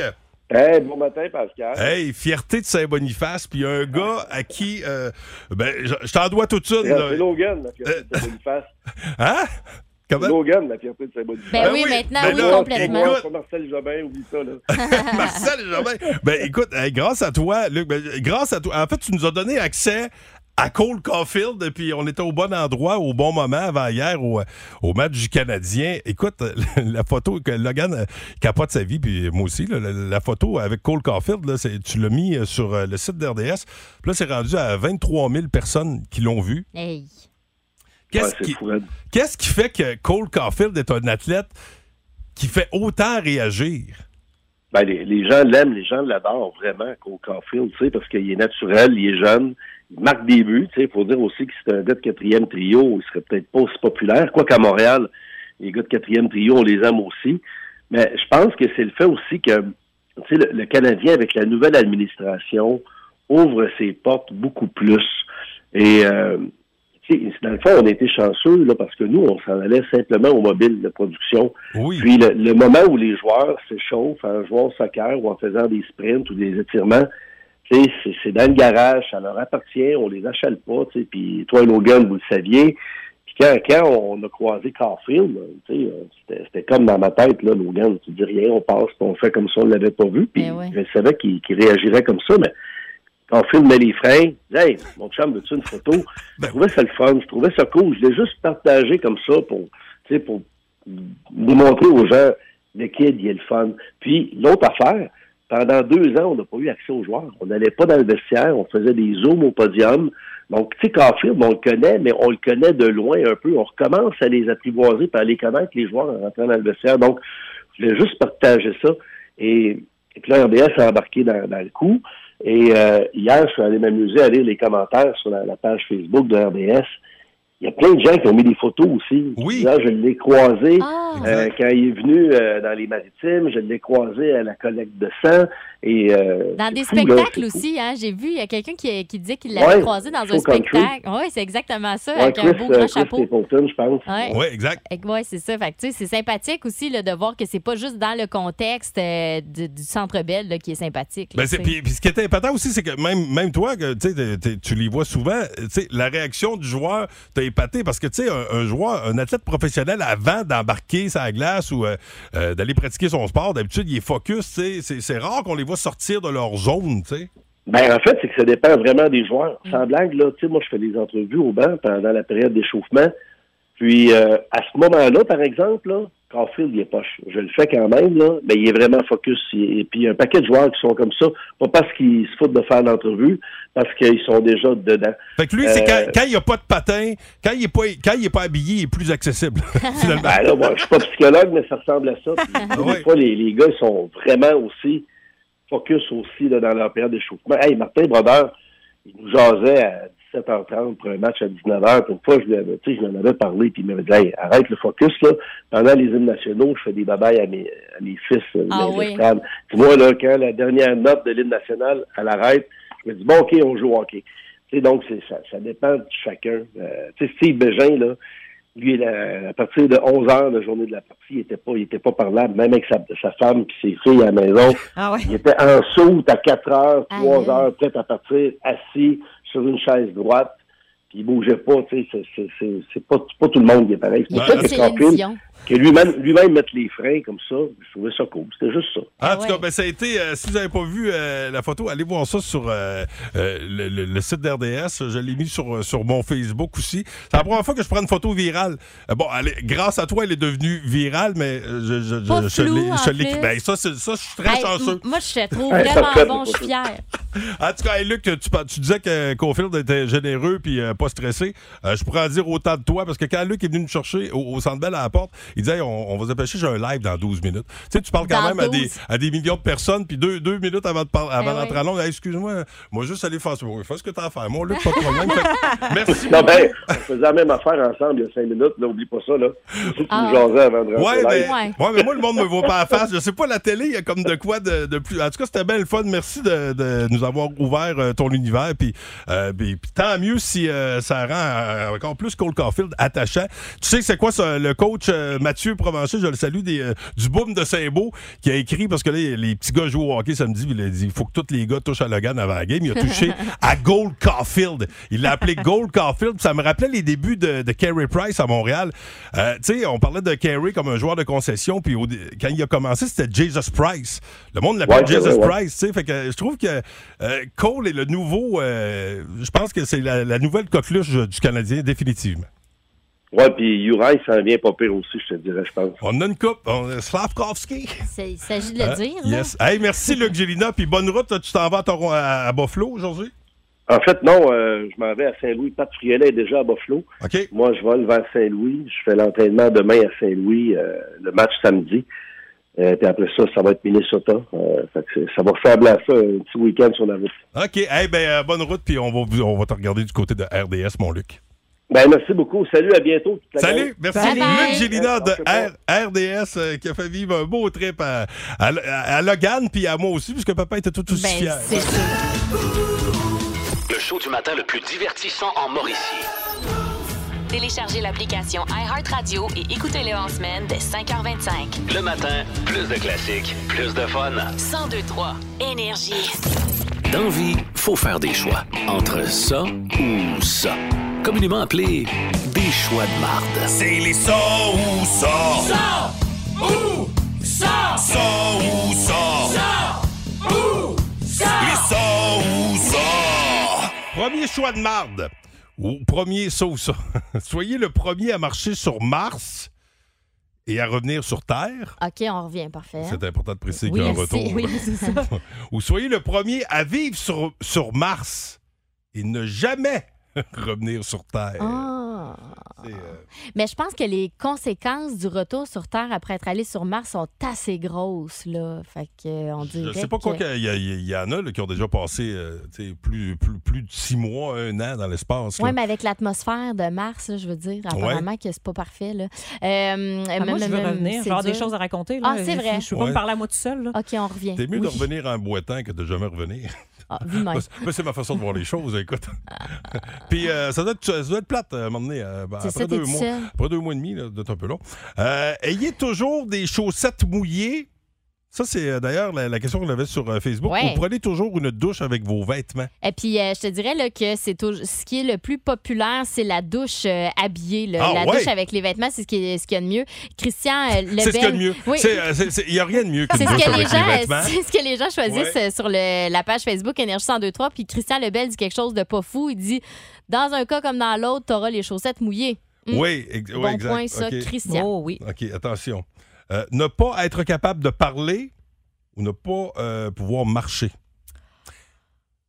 Speaker 10: Hey, bon matin, Pascal.
Speaker 3: Hey, fierté de Saint-Boniface, puis un gars à qui, euh, ben, je, je t'en dois tout de suite.
Speaker 10: C'est
Speaker 3: là. Euh,
Speaker 10: Logan, la fierté de Saint-Boniface.
Speaker 3: Hein? Comment?
Speaker 10: Logan, la fierté de Saint-Boniface.
Speaker 7: Ben oui, maintenant, oui, complètement.
Speaker 10: C'est pas Marcel Jobin, oublie ça, là.
Speaker 3: Marcel Jobin. Ben, écoute, hey, grâce à toi, Luc, ben, grâce à toi, en fait, tu nous as donné accès à Cole Caulfield, puis on était au bon endroit, au bon moment, avant hier, au, euh, au match du Canadien. Écoute, la photo que Logan euh, capote sa vie, puis moi aussi, là, la, la photo avec Cole Caulfield, là, c'est- tu l'as mis euh, sur euh, le site d'RDS, puis là, c'est rendu à 23 000 personnes qui l'ont vu.
Speaker 7: Hey.
Speaker 3: Qu'est-ce qui, qu'est-ce qui fait que Cole Caulfield est un athlète qui fait autant réagir?
Speaker 10: Ben, les, les gens l'aiment, les gens l'adorent vraiment, Cole Caulfield, tu sais, parce qu'il est naturel, il est jeune, il marque des buts, tu sais. Il faut dire aussi que c'est un gars de quatrième trio, il serait peut-être pas aussi populaire, quoi qu'à Montréal, les gars de quatrième trio, on les aime aussi. Mais je pense que c'est le fait aussi que, tu sais, le, le Canadien, avec la nouvelle administration, ouvre ses portes beaucoup plus. Et, euh, tu sais, dans le fond, on a été chanceux, là, parce que nous, on s'en allait simplement au mobile de production. Puis le, le moment où les joueurs s'échauffent en jouant au soccer ou en faisant des sprints ou des étirements, tu sais, c'est c'est dans le garage, ça leur appartient, on les achale pas, tu sais, puis toi, Logan, vous le saviez. Puis quand, quand on a croisé Carfield, tu sais, euh, c'était- c'était comme dans ma tête, là, Logan, tu dis rien, on passe, puis on fait comme si on ne l'avait pas vu, puis je savais qu'il qu'il réagirait comme ça, mais on filme les freins. Hey, mon chum, veux-tu une photo? Je trouvais ça le fun, je trouvais ça cool. Je l'ai juste partagé comme ça pour, tu sais, pour démontrer aux gens le kid, il est le fun. Puis, l'autre affaire, pendant deux ans, on n'a pas eu accès aux joueurs. On n'allait pas dans le vestiaire, on faisait des zooms au podium. Donc, tu sais, Caulfield, on le connaît, mais on le connaît de loin un peu. On recommence à les apprivoiser puis à les connaître, les joueurs, en rentrant dans le vestiaire. Donc, je voulais juste partager ça. Et, et puis là, RDS a embarqué dans, dans le coup. Et euh, hier, je suis allé m'amuser à lire les commentaires sur la, la page Facebook de RDS. Il y a plein de gens qui ont mis des photos aussi. Oui. Là, je l'ai croisé
Speaker 7: Ah.
Speaker 10: euh, quand il est venu euh, dans les maritimes. Je l'ai croisé à la collecte de sang. Et, euh,
Speaker 7: Dans
Speaker 10: c'est
Speaker 7: des
Speaker 10: fou, là,
Speaker 7: spectacles
Speaker 10: c'est fou.
Speaker 7: aussi, hein, j'ai vu, il y a quelqu'un qui, qui disait qu'il l'avait
Speaker 10: Ouais,
Speaker 7: croisé dans un
Speaker 10: show country.
Speaker 7: spectacle. Oui, c'est exactement ça,
Speaker 10: Ouais,
Speaker 7: avec
Speaker 10: Chris,
Speaker 7: un beau
Speaker 10: euh,
Speaker 7: grand
Speaker 10: Chris
Speaker 7: chapeau.
Speaker 10: Stapleton, je pense.
Speaker 7: Ouais.
Speaker 3: Ouais, exact.
Speaker 7: Fait que ouais, c'est ça. Fait que, tu sais, c'est sympathique aussi là, de voir que c'est pas juste dans le contexte euh, du, du Centre Bell là, qui est sympathique. là,
Speaker 3: Ben, c'est-
Speaker 7: tu sais.
Speaker 3: puis, puis ce qui était important aussi, c'est que même, même toi, que, tu sais, t'es- t'es- tu les vois souvent, tu sais, la réaction du joueur t'a épaté parce que tu sais, un, un joueur, un athlète professionnel, avant d'embarquer sa glace ou euh, euh, d'aller pratiquer son sport, d'habitude, il est focus. tu sais. C'est c'est rare qu'on les voit sortir de leur zone. tu sais.
Speaker 10: Ben, en fait, c'est que ça dépend vraiment des joueurs. Sans blague, là, tu sais, moi, je fais des entrevues au banc pendant la période d'échauffement. Puis, euh, à ce moment-là, par exemple, là, Caulfield, il est poche. Je le fais quand même, là, mais il est vraiment focus. Il- Et puis, il y a un paquet de joueurs qui sont comme ça, pas parce qu'ils se foutent de faire l'entrevue, parce qu'ils sont déjà dedans.
Speaker 3: Fait que lui, c'est quand,
Speaker 10: Euh,
Speaker 3: quand il n'y a pas de patin, quand il n'est pas, quand il est pas habillé, il est plus accessible. finalement.
Speaker 10: Ben là, moi, je suis pas psychologue, mais ça ressemble à ça.
Speaker 3: Ah
Speaker 10: Puis, Des fois, les, les gars ils sont vraiment aussi focus aussi là, dans leur période d'échauffement. Hey, Martin Brodeur, il nous jasait à 17h30 pour un match à 19h. Puis une fois, je, lui avais- tu sais, je lui en avais parlé, puis il m'avait dit Hey, arrête le focus, là. Pendant les hymnes nationaux, je fais des babayes à mes, à mes fils. euh,
Speaker 14: Ah
Speaker 10: mes
Speaker 14: oui.
Speaker 10: esclaves. Tu vois, là, quand la dernière note de l'hymne national, elle arrête, je me dis Bon, OK, on joue au hockey. Tu sais, donc, c'est- ça, ça dépend de chacun. Euh, tu sais, Steve Bégin, là, lui, la- à partir de 11 heures, la journée de la partie, il n'était pas, il était pas parlable, même avec sa, sa femme et ses filles à la maison.
Speaker 8: Ah ouais.
Speaker 10: Il était en saut à 4 heures, 3
Speaker 8: Aïe.
Speaker 10: heures, prêt à partir, assis sur une chaise droite. Puis il bougeait pas, tu sais, c'est- c'est- c'est- c'est pas, c'est pas tout le monde qui est pareil. C'est
Speaker 3: Il
Speaker 10: pour
Speaker 3: est
Speaker 10: ça
Speaker 3: pas
Speaker 10: que je
Speaker 3: Céline
Speaker 10: calcule
Speaker 3: Dion.
Speaker 10: que lui-même lui-même mettre les freins comme ça, je trouvais ça cool. C'était juste ça.
Speaker 7: Ah
Speaker 3: En tout cas, ben, ça a été. euh, si vous n'avez pas vu euh, la photo, allez voir ça sur euh, euh, le, le- le site d'RDS. Je l'ai mis sur, euh, sur mon Facebook aussi. C'est la première fois que je prends une photo virale. Euh, bon, elle est- grâce à toi, elle est devenue virale, mais euh, je, je, je-
Speaker 7: Pas
Speaker 3: je
Speaker 7: flou,
Speaker 3: l'ai- je
Speaker 7: en
Speaker 3: l'ai-
Speaker 7: plus.
Speaker 3: ben, ça, c'est- ça, je suis très
Speaker 7: Hey,
Speaker 3: chanceux.
Speaker 7: m- Moi, je te trouve
Speaker 3: Hey,
Speaker 7: vraiment
Speaker 3: parfait,
Speaker 7: bon, je suis fière.
Speaker 3: En tout cas, hey, Luc, tu, par- tu disais que Cofield était généreux puis euh, pas stressé. Euh, je pourrais en dire autant de toi parce que quand Luc est venu me chercher au, au centre Bell à la porte, il disait Hey, on, on va se dépêcher, j'ai un live dans 12 minutes. Tu sais, tu parles quand
Speaker 15: Dans
Speaker 3: même à des,
Speaker 15: 12.
Speaker 3: à des millions de personnes, puis deux, deux minutes avant de par- avant
Speaker 15: Eh oui.
Speaker 3: d'entrer en longue, Hey, excuse-moi, moi juste aller faire ça. Oui, Fais ce que t'as à faire. Moi, Luc, pas de problème. Fait que- merci.
Speaker 10: Non, ben, on faisait la même affaire ensemble il y a 5 minutes, là, oublie pas ça, là. Tu sais, tu
Speaker 3: Ah.
Speaker 10: nous jasais avant de
Speaker 3: Ouais,
Speaker 10: rentrer
Speaker 3: mais,
Speaker 10: live.
Speaker 3: ouais, mais moi, le monde me voit pas à face. Je sais pas, la télé, il y a comme de quoi de, de plus. En tout cas, c'était bien le fun. Merci de, de nous avoir ouvert euh, ton univers. Puis, euh, puis- puis tant mieux si euh, ça rend euh, encore plus Cole Caulfield attachant. Tu sais, c'est quoi ça, le coach euh, Mathieu Provencher, je le salue, des, euh, du boom de Saint-Beau, qui a écrit, parce que là, les petits gars jouent au hockey samedi, puis il a dit il faut que tous les gars touchent à Logan avant la game. Il a touché à Gold Caulfield. Il l'a appelé Gold Caulfield. puis Ça me rappelait les débuts de, de Carey Price à Montréal. Euh, tu sais, on parlait de Carey comme un joueur de concession, puis au dé- quand il a commencé, c'était Jesus Price. Le monde l'appelle
Speaker 10: Ouais, c'est
Speaker 3: Jesus
Speaker 10: vrai, ouais.
Speaker 3: Price, tu sais. Fait que je trouve que euh, Cole est le nouveau. euh, je pense que c'est la, la nouvelle coqueluche du Canadien, définitivement.
Speaker 10: Ouais, puis Uri, ça en vient pas pire aussi, je te dirais, je pense.
Speaker 3: On a une coupe. On... Slavkovski.
Speaker 7: C'est- Il s'agit de le
Speaker 3: Hein?
Speaker 7: dire. là.
Speaker 3: Yes. Hey, merci, Luc Gélina. Puis bonne route. Tu t'en vas à, Toron- à- à Buffalo aujourd'hui?
Speaker 10: En fait, non, euh, je m'en vais à Saint-Louis. Pat Frielet est déjà à Buffalo. Moi, je vole vers Saint-Louis. Je fais l'entraînement demain à Saint-Louis, euh, le match samedi. Euh, puis après ça, ça va être Minnesota. Euh, fait que c'est- ça va ressembler à ça, un petit week-end sur la route.
Speaker 3: OK. Hey, ben, euh, bonne route. Puis on va, vous- on va te regarder du côté de RDS, mon Luc.
Speaker 10: Ben, merci beaucoup. Salut, Euh, à bientôt. toute la gang.
Speaker 3: Salut, merci. Luc Gélina de R- RDS euh, qui a fait vivre un beau trip à, à- à Logan puis à moi aussi, puisque papa était tout
Speaker 7: Ben,
Speaker 3: aussi fier.
Speaker 13: Le show du matin le plus divertissant en Mauricie.
Speaker 9: Téléchargez l'application iHeartRadio et écoutez-le en semaine dès 5h25.
Speaker 13: Le matin, plus de classiques, plus de fun.
Speaker 9: 1023 Énergie.
Speaker 2: Dans vie, faut faire des choix. Entre ça ou ça. Communément appelé des choix de marde. C'est les ça ou ça.
Speaker 14: Ça ou ça. Ça ou ça. Ça ou ça. Les ça ou ça.
Speaker 3: Premier choix de marde. Ou premier ça ou ça. Soyez le premier à marcher sur Mars et à revenir sur Terre.
Speaker 7: OK, on revient, parfait.
Speaker 3: C'est important de préciser
Speaker 7: Hein? Oui,
Speaker 3: qu'il y a un
Speaker 7: merci.
Speaker 3: retour.
Speaker 7: Oui, c'est ça.
Speaker 3: Ou soyez le premier à vivre sur, sur Mars et ne jamais revenir sur Terre.
Speaker 7: Ah.
Speaker 3: C'est, euh,
Speaker 7: Mais je pense que les conséquences du retour sur Terre après être allé sur Mars sont assez grosses, là. Fait que, euh, on dirait
Speaker 3: Je sais pas quoi
Speaker 7: que-
Speaker 3: qu'il y, a- il y en a là, qui ont déjà passé euh, tu sais, plus, plus, plus de six mois, un an dans l'espace. là.
Speaker 7: Oui, mais avec l'atmosphère de Mars, là, je veux dire, apparemment que c'est pas parfait. Là. Euh,
Speaker 8: Ah, moi,
Speaker 7: mm,
Speaker 8: je veux
Speaker 7: mm,
Speaker 8: revenir.
Speaker 7: c'est
Speaker 8: Genre des
Speaker 7: dur.
Speaker 8: choses à raconter. Là.
Speaker 7: Ah, c'est vrai.
Speaker 8: Je ne peux pas
Speaker 3: Ouais.
Speaker 8: me parler à moi tout seul. Là.
Speaker 7: OK, on revient.
Speaker 3: T'es mieux de
Speaker 7: Oui.
Speaker 3: revenir en boitant que de jamais revenir.
Speaker 7: Ah, vu de même.
Speaker 3: Moi, c'est- moi, c'est ma façon de voir les choses, écoute. Puis euh, ça, doit être, ça doit être plate euh, à un moment donné. euh, ben,
Speaker 7: C'est
Speaker 3: après,
Speaker 7: ça, t'es
Speaker 3: deux
Speaker 7: tout
Speaker 3: mois,
Speaker 7: seul.
Speaker 3: après deux mois et demi, là, ça doit être un peu long. Euh, ayez toujours des chaussettes mouillées. Ça, c'est euh, d'ailleurs la, la question qu'on avait sur euh, Facebook.
Speaker 7: Ouais.
Speaker 3: Vous prenez toujours une douche avec vos vêtements.
Speaker 7: Et puis, euh, je te dirais là, que c'est tou- ce qui est le plus populaire, c'est la douche euh, habillée. là.
Speaker 3: Ah,
Speaker 7: la
Speaker 3: ouais?
Speaker 7: douche avec les vêtements, c'est ce qui est- ce qu'il y a de mieux. Christian euh, Lebel.
Speaker 3: C'est ce qu'il y a de mieux.
Speaker 7: Oui.
Speaker 3: C'est, euh, c'est- c'est- Il n'y a rien de mieux qu'une
Speaker 7: C'est ce,
Speaker 3: douche
Speaker 7: que les
Speaker 3: avec les
Speaker 7: gens,
Speaker 3: vêtements.
Speaker 7: c'est ce que les gens choisissent
Speaker 3: Ouais.
Speaker 7: euh, sur le- la page Facebook Énergie 1023. Puis Christian Lebel dit quelque chose de pas fou. Il dit Dans un cas comme dans l'autre, t'auras les chaussettes mouillées. Mm.
Speaker 3: Oui, ex- oui,
Speaker 7: Bon
Speaker 3: exact.
Speaker 7: point, ça,
Speaker 3: OK.
Speaker 7: Christian. Oh oui.
Speaker 3: OK, attention. Euh, ne pas être capable de parler ou ne pas euh, pouvoir marcher.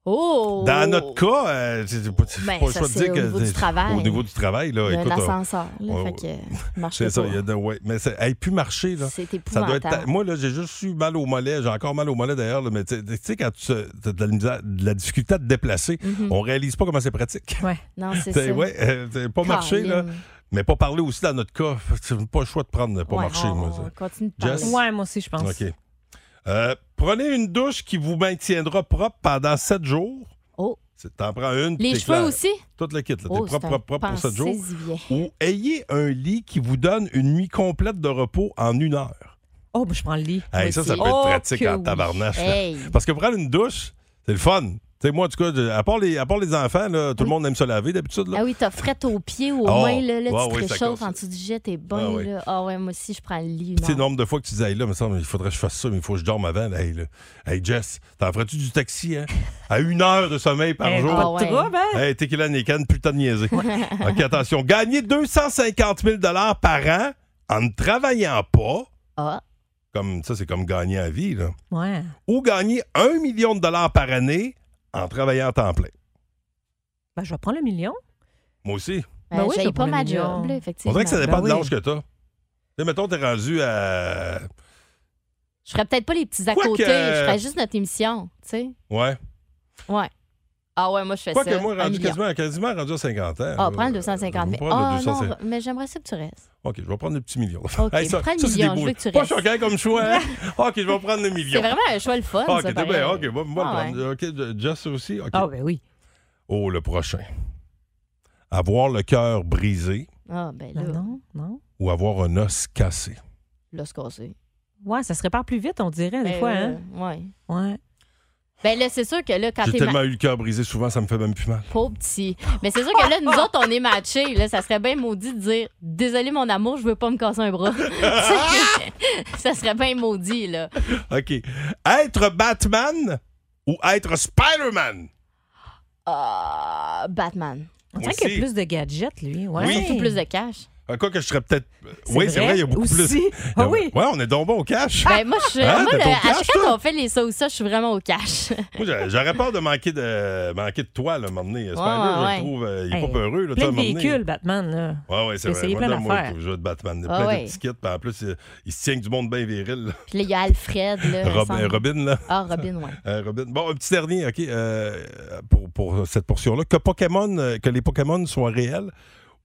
Speaker 7: Oh!
Speaker 3: Dans notre cas, euh, c'est c'est pas, c'est
Speaker 7: Ben,
Speaker 3: pas le
Speaker 7: ça,
Speaker 3: choix de
Speaker 7: c'est
Speaker 3: dire
Speaker 7: au
Speaker 3: que.
Speaker 7: niveau du
Speaker 3: c'est-
Speaker 7: travail.
Speaker 3: Au niveau du travail, là.
Speaker 7: Il y a
Speaker 3: écoute, on-
Speaker 7: l'ascenseur, là,
Speaker 3: on-
Speaker 7: fait que, euh, marche
Speaker 3: C'est ça,
Speaker 7: pas.
Speaker 3: il y a de. Ouais, mais ça hey, plus marcher, là.
Speaker 7: C'est
Speaker 3: Ça
Speaker 7: épouvantable.
Speaker 3: doit être ta- Moi, là, j'ai juste eu mal au mollet. J'ai encore mal au mollet d'ailleurs, là, mais tu sais- tu sais, quand tu as de la, misère- de la difficulté à te déplacer,
Speaker 7: Mhm.
Speaker 3: on réalise pas comment c'est pratique.
Speaker 7: Ouais. Non, c'est
Speaker 3: T'sais,
Speaker 7: ça.
Speaker 3: ouais, euh, t'sais, pas marcher, là.
Speaker 7: Caroline.
Speaker 3: Mais pas parler aussi dans notre cas. C'est pas le choix de prendre de pas
Speaker 8: Ouais,
Speaker 3: marcher,
Speaker 8: on-
Speaker 3: moi.
Speaker 8: on
Speaker 3: ça.
Speaker 7: continue
Speaker 8: de parler.
Speaker 3: Jess?
Speaker 8: Ouais, moi aussi, je pense.
Speaker 3: OK. Euh, prenez une douche qui vous maintiendra propre pendant 7 jours.
Speaker 7: Oh.
Speaker 3: T'en prends une. puis
Speaker 7: Les
Speaker 3: t'es
Speaker 7: cheveux
Speaker 3: clair.
Speaker 7: aussi?
Speaker 3: Tout le kit. là. T'es
Speaker 7: Oh,
Speaker 3: propre,
Speaker 7: c'est un
Speaker 3: propre, propre pour 7 jours.
Speaker 7: pensez-y bien.
Speaker 3: Ou ayez un lit qui vous donne une nuit complète de repos en une heure.
Speaker 8: Oh, ben, je prends le lit.
Speaker 3: Hey, ça, ça peut
Speaker 7: Oh,
Speaker 3: être pratique en tabarnache. là. Parce que prendre une douche, c'est le fun. Tu sais, moi, en tout cas, je- à part les, à part les enfants, là, tout le monde aime se laver d'habitude. là.
Speaker 7: Ah oui, t'as frette aux pieds ou aux
Speaker 3: Oh,
Speaker 7: mains, là, là,
Speaker 3: ouais,
Speaker 7: tu
Speaker 3: ouais,
Speaker 7: te
Speaker 3: ça
Speaker 7: réchauffes
Speaker 3: casse.
Speaker 7: en dessous du jet, t'es bon,
Speaker 3: Ah ouais.
Speaker 7: là. Ah ouais, moi aussi, je prends le lit.
Speaker 3: Puis, tu
Speaker 7: non.
Speaker 3: sais, le nombre de fois que tu disais, hey, là, me semble, il faudrait que je fasse ça, mais il faut que je dorme avant. Hey, là. Hey, Jess, t'en ferais-tu du taxi, hein? À une heure de sommeil par
Speaker 8: Eh,
Speaker 3: jour.
Speaker 8: pas de Ah ouais. trouble, hein?
Speaker 3: Hey, t'es qu'il en est canne, putain de niaiser.
Speaker 8: Ouais.
Speaker 3: OK, attention. Gagner 250 000 par an en ne travaillant pas.
Speaker 8: Ah.
Speaker 3: Comme, ça, c'est comme gagner à vie, là.
Speaker 8: Ouais.
Speaker 3: Ou gagner 1 million de dollars par année en travaillant à temps plein.
Speaker 8: Ben, je vais prendre le million.
Speaker 3: Moi aussi.
Speaker 7: Ben,
Speaker 8: Ben oui,
Speaker 7: j'aille
Speaker 8: je vais
Speaker 7: pas
Speaker 8: prendre
Speaker 7: ma
Speaker 8: le million.
Speaker 7: job, là,
Speaker 3: On
Speaker 7: effectivement.
Speaker 3: dirait que ça dépend
Speaker 7: Ben
Speaker 3: de
Speaker 7: oui.
Speaker 3: l'âge que t'as. Tu sais, mettons, t'es rendu à.
Speaker 7: Je ferais peut-être pas les petits à
Speaker 3: Quoique- euh,
Speaker 7: côté, je ferais juste notre émission, tu sais.
Speaker 3: Ouais.
Speaker 7: Ouais. Ah ouais, moi, je fais
Speaker 3: Quoi
Speaker 7: ça.
Speaker 3: que moi,
Speaker 7: un
Speaker 3: rendu
Speaker 7: million.
Speaker 3: quasiment, quasiment rendu à 50 ans.
Speaker 7: Ah,
Speaker 3: là.
Speaker 7: prends le 250
Speaker 3: Je vais
Speaker 7: 000.
Speaker 3: prendre le
Speaker 7: Ah non,
Speaker 3: 250.
Speaker 7: mais j'aimerais ça que tu restes.
Speaker 3: OK, je vais prendre le petit million.
Speaker 7: OK, prends le
Speaker 3: c'est
Speaker 7: million,
Speaker 3: des
Speaker 7: je veux
Speaker 3: beaux-
Speaker 7: que tu
Speaker 3: Pas
Speaker 7: restes.
Speaker 3: choquant comme choix, hein? OK, je vais prendre le million.
Speaker 7: C'est vraiment un choix le fun,
Speaker 3: Ah, OK,
Speaker 7: ça,
Speaker 3: t'es
Speaker 7: pareil.
Speaker 3: bien. OK, moi, moi,
Speaker 7: Ah
Speaker 3: le prendre. OK, Jess aussi. OK.
Speaker 8: Ah, ben oui.
Speaker 3: Oh, le prochain. Avoir le cœur brisé
Speaker 7: Ah, ben là.
Speaker 8: Non, non.
Speaker 3: ou avoir un os cassé.
Speaker 7: Là, c'est cassé.
Speaker 8: Ouais, ça se répare plus vite, on dirait, des
Speaker 7: Ben,
Speaker 8: fois,
Speaker 7: là,
Speaker 8: hein?
Speaker 7: Ouais.
Speaker 8: Ouais.
Speaker 7: Ben là, c'est sûr que là, quand
Speaker 3: J'ai
Speaker 7: t'es ma-
Speaker 3: tellement eu le cœur brisé souvent, ça me fait même plus mal.
Speaker 7: pauvre petit. Mais c'est sûr que là, nous autres, on est matchés. Là, ça serait bien maudit de dire Désolé, mon amour, je veux pas me casser un bras. ça serait bien maudit, là.
Speaker 3: OK. Être Batman ou être Spider-Man?
Speaker 7: Ah, Batman.
Speaker 8: On
Speaker 3: Moi
Speaker 8: dirait qu'il y a
Speaker 3: aussi.
Speaker 8: plus de gadgets, lui. Ouais.
Speaker 3: Oui.
Speaker 7: Surtout plus de cash.
Speaker 3: Ah, Quoi que je serais peut-être.
Speaker 8: C'est
Speaker 3: Oui, c'est
Speaker 8: vrai,
Speaker 3: vrai, il y a beaucoup
Speaker 8: aussi.
Speaker 3: plus.
Speaker 8: Ah oui.
Speaker 3: Ouais, on est donc bon au cash.
Speaker 7: Ben, moi, je suis.
Speaker 3: Hein,
Speaker 7: moi,
Speaker 3: t'es
Speaker 7: le-
Speaker 3: pas au
Speaker 7: à
Speaker 3: cash,
Speaker 7: chaque
Speaker 3: toi?
Speaker 7: fois qu'on fait les ça ou ça, je suis vraiment au cash.
Speaker 3: Moi, j'a- j'aurais peur de manquer de, manquer de toi, là, m'emmener.
Speaker 7: ouais,
Speaker 3: Spider, je
Speaker 7: ouais.
Speaker 3: le trouve, euh, il est
Speaker 8: Hey,
Speaker 3: pas peureux. Là, tu
Speaker 8: plein
Speaker 3: sais,
Speaker 8: de
Speaker 3: à un moment donné.
Speaker 8: véhicules, Batman, là.
Speaker 3: Ouais, ouais, c'est
Speaker 8: J'ai
Speaker 3: vrai.
Speaker 8: essayé
Speaker 3: Moi,
Speaker 8: plein
Speaker 3: donne-moi
Speaker 8: d'affaires.
Speaker 3: le jeu de Batman.
Speaker 7: Ah
Speaker 3: plein
Speaker 7: ouais.
Speaker 3: de petits kits. Puis en plus, il, il se tient avec du monde bien viril. là.
Speaker 7: Puis là, il y a Alfred.
Speaker 8: Euh,
Speaker 7: Là,
Speaker 3: Rob-
Speaker 7: ensemble.
Speaker 3: Robin, là.
Speaker 7: Ah, Robin, ouais.
Speaker 3: Euh, Robin. Bon, un petit dernier, OK, euh, pour, pour cette portion-là. Que Pokémon, euh, que les Pokémon soient réels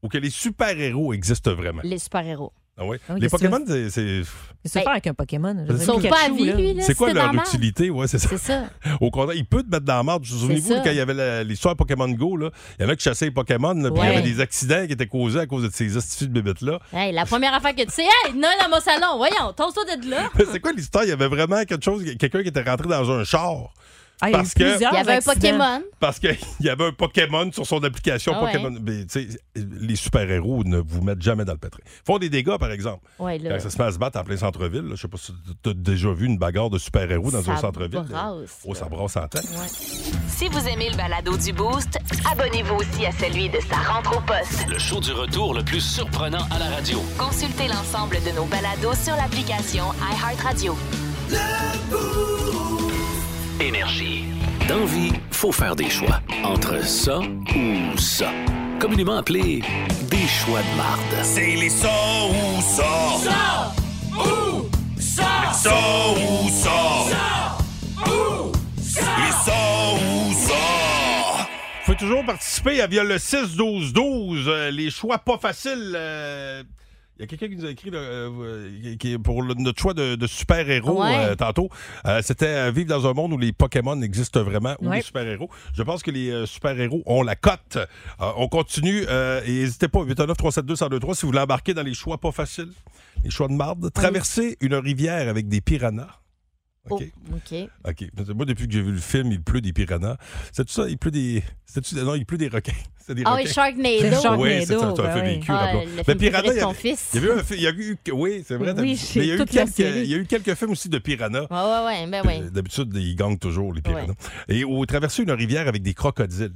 Speaker 3: ou que les super-héros existent vraiment.
Speaker 7: Les super-héros.
Speaker 3: Ah ouais.
Speaker 8: Ah oui,
Speaker 3: les
Speaker 8: qu'est-ce que tu
Speaker 3: Pokémon, c'est. c'est-
Speaker 8: Qu'est-ce que tu
Speaker 7: Ben,
Speaker 8: fais avec un Pokémon? Je veux dire,
Speaker 7: Sauve
Speaker 8: Pikachu,
Speaker 7: pas la vie, lui, là.
Speaker 3: C'est quoi
Speaker 7: c'était
Speaker 3: leur
Speaker 7: dans la merde.
Speaker 3: utilité? Ouais, c'est ça.
Speaker 7: C'est ça.
Speaker 3: Au contraire, il peut te mettre dans la marde. Vous vous
Speaker 7: C'est
Speaker 3: souvenez-vous
Speaker 7: ça.
Speaker 3: quand il y avait la- l'histoire Pokémon Go? là? Il y en a qui chassaient les Pokémon, là, puis il y
Speaker 7: Ouais.
Speaker 3: avait des accidents qui étaient causés à cause de ces astuces de bébites-là.
Speaker 7: Hey, la première affaire que tu sais, hey, non, dans mon salon, voyons, tonce-toi de là.
Speaker 3: Mais c'est quoi l'histoire? Il y avait vraiment quelque chose, quelqu'un qui était rentré dans un char.
Speaker 7: Ah, il y a eu plusieurs Il y avait un accidents. Pokémon.
Speaker 3: Parce qu'il y avait un Pokémon sur son application
Speaker 7: Ah ouais.
Speaker 3: Pokémon. Mais, tu sais, les super-héros ne vous mettent jamais dans le pétrin. Ils font des dégâts, par exemple.
Speaker 7: Ouais, là.
Speaker 3: Quand ça se met à se battre en plein centre-ville, là, je sais pas si tu as déjà vu une bagarre de super-héros dans
Speaker 9: Ça
Speaker 3: un centre-ville.
Speaker 9: brasse,
Speaker 3: Oh, ça brasse en tête.
Speaker 9: Si vous aimez le balado du Boost, abonnez-vous aussi à celui de sa rentre au poste.
Speaker 2: Le show du retour le plus surprenant à la radio.
Speaker 9: Consultez l'ensemble de nos balados sur l'application iHeartRadio.
Speaker 2: Énergie. Dans vie, faut faire des choix. Entre ça ou ça. Communément appelé des choix de marde.
Speaker 14: C'est les ça ou ça.
Speaker 2: Ça
Speaker 14: ou ça. Les ça ou ça. Ça ou ça. Les ça ou ça.
Speaker 3: Vous pouvez toujours participer à via le 6-12-12. euh, les choix pas faciles. euh, Il y a quelqu'un qui nous a écrit là, euh, euh, qui est pour le- notre choix de, de super-héros
Speaker 14: Ouais.
Speaker 3: euh, tantôt. Euh, C'était euh, vivre dans un monde où les Pokémon existent vraiment ou
Speaker 14: Ouais.
Speaker 3: les super-héros. Je pense que les euh, super-héros ont la cote. Euh, on continue euh, et n'hésitez pas 819 372 1023 si vous voulez embarquer dans les choix pas faciles, les choix de marde. Traverser une rivière avec des piranhas.
Speaker 7: Oh, OK.
Speaker 3: OK. Parce que Moi, depuis que j'ai vu le film, il pleut des piranhas. C'est tout ça, il pleut des. C'est-tu... Non, il pleut des requins. C'est des
Speaker 7: Ah oui,
Speaker 3: requins.
Speaker 7: Sharknado. C'est Sharknado,
Speaker 3: Oui, c'est ça, c'est un
Speaker 7: ben
Speaker 3: fait
Speaker 7: oui.
Speaker 3: vécu.
Speaker 7: Ah,
Speaker 3: rappelons.
Speaker 7: le
Speaker 3: Mais
Speaker 7: film
Speaker 3: Piranha,
Speaker 7: préféré de
Speaker 3: il y a-
Speaker 7: ton fils.
Speaker 3: Il y, avait un fi- il y a eu. Oui, c'est vrai.
Speaker 7: Oui,
Speaker 3: d'habitude.
Speaker 7: c'est
Speaker 3: Mais il y a eu
Speaker 7: toute la
Speaker 3: quelques-
Speaker 7: série.
Speaker 3: il y a eu quelques films aussi de piranhas.
Speaker 7: Ouais, ouais, ouais, ben ouais.
Speaker 3: Euh, D'habitude, ils gagnent toujours, les piranhas. Et au traverser une rivière avec des crocodiles.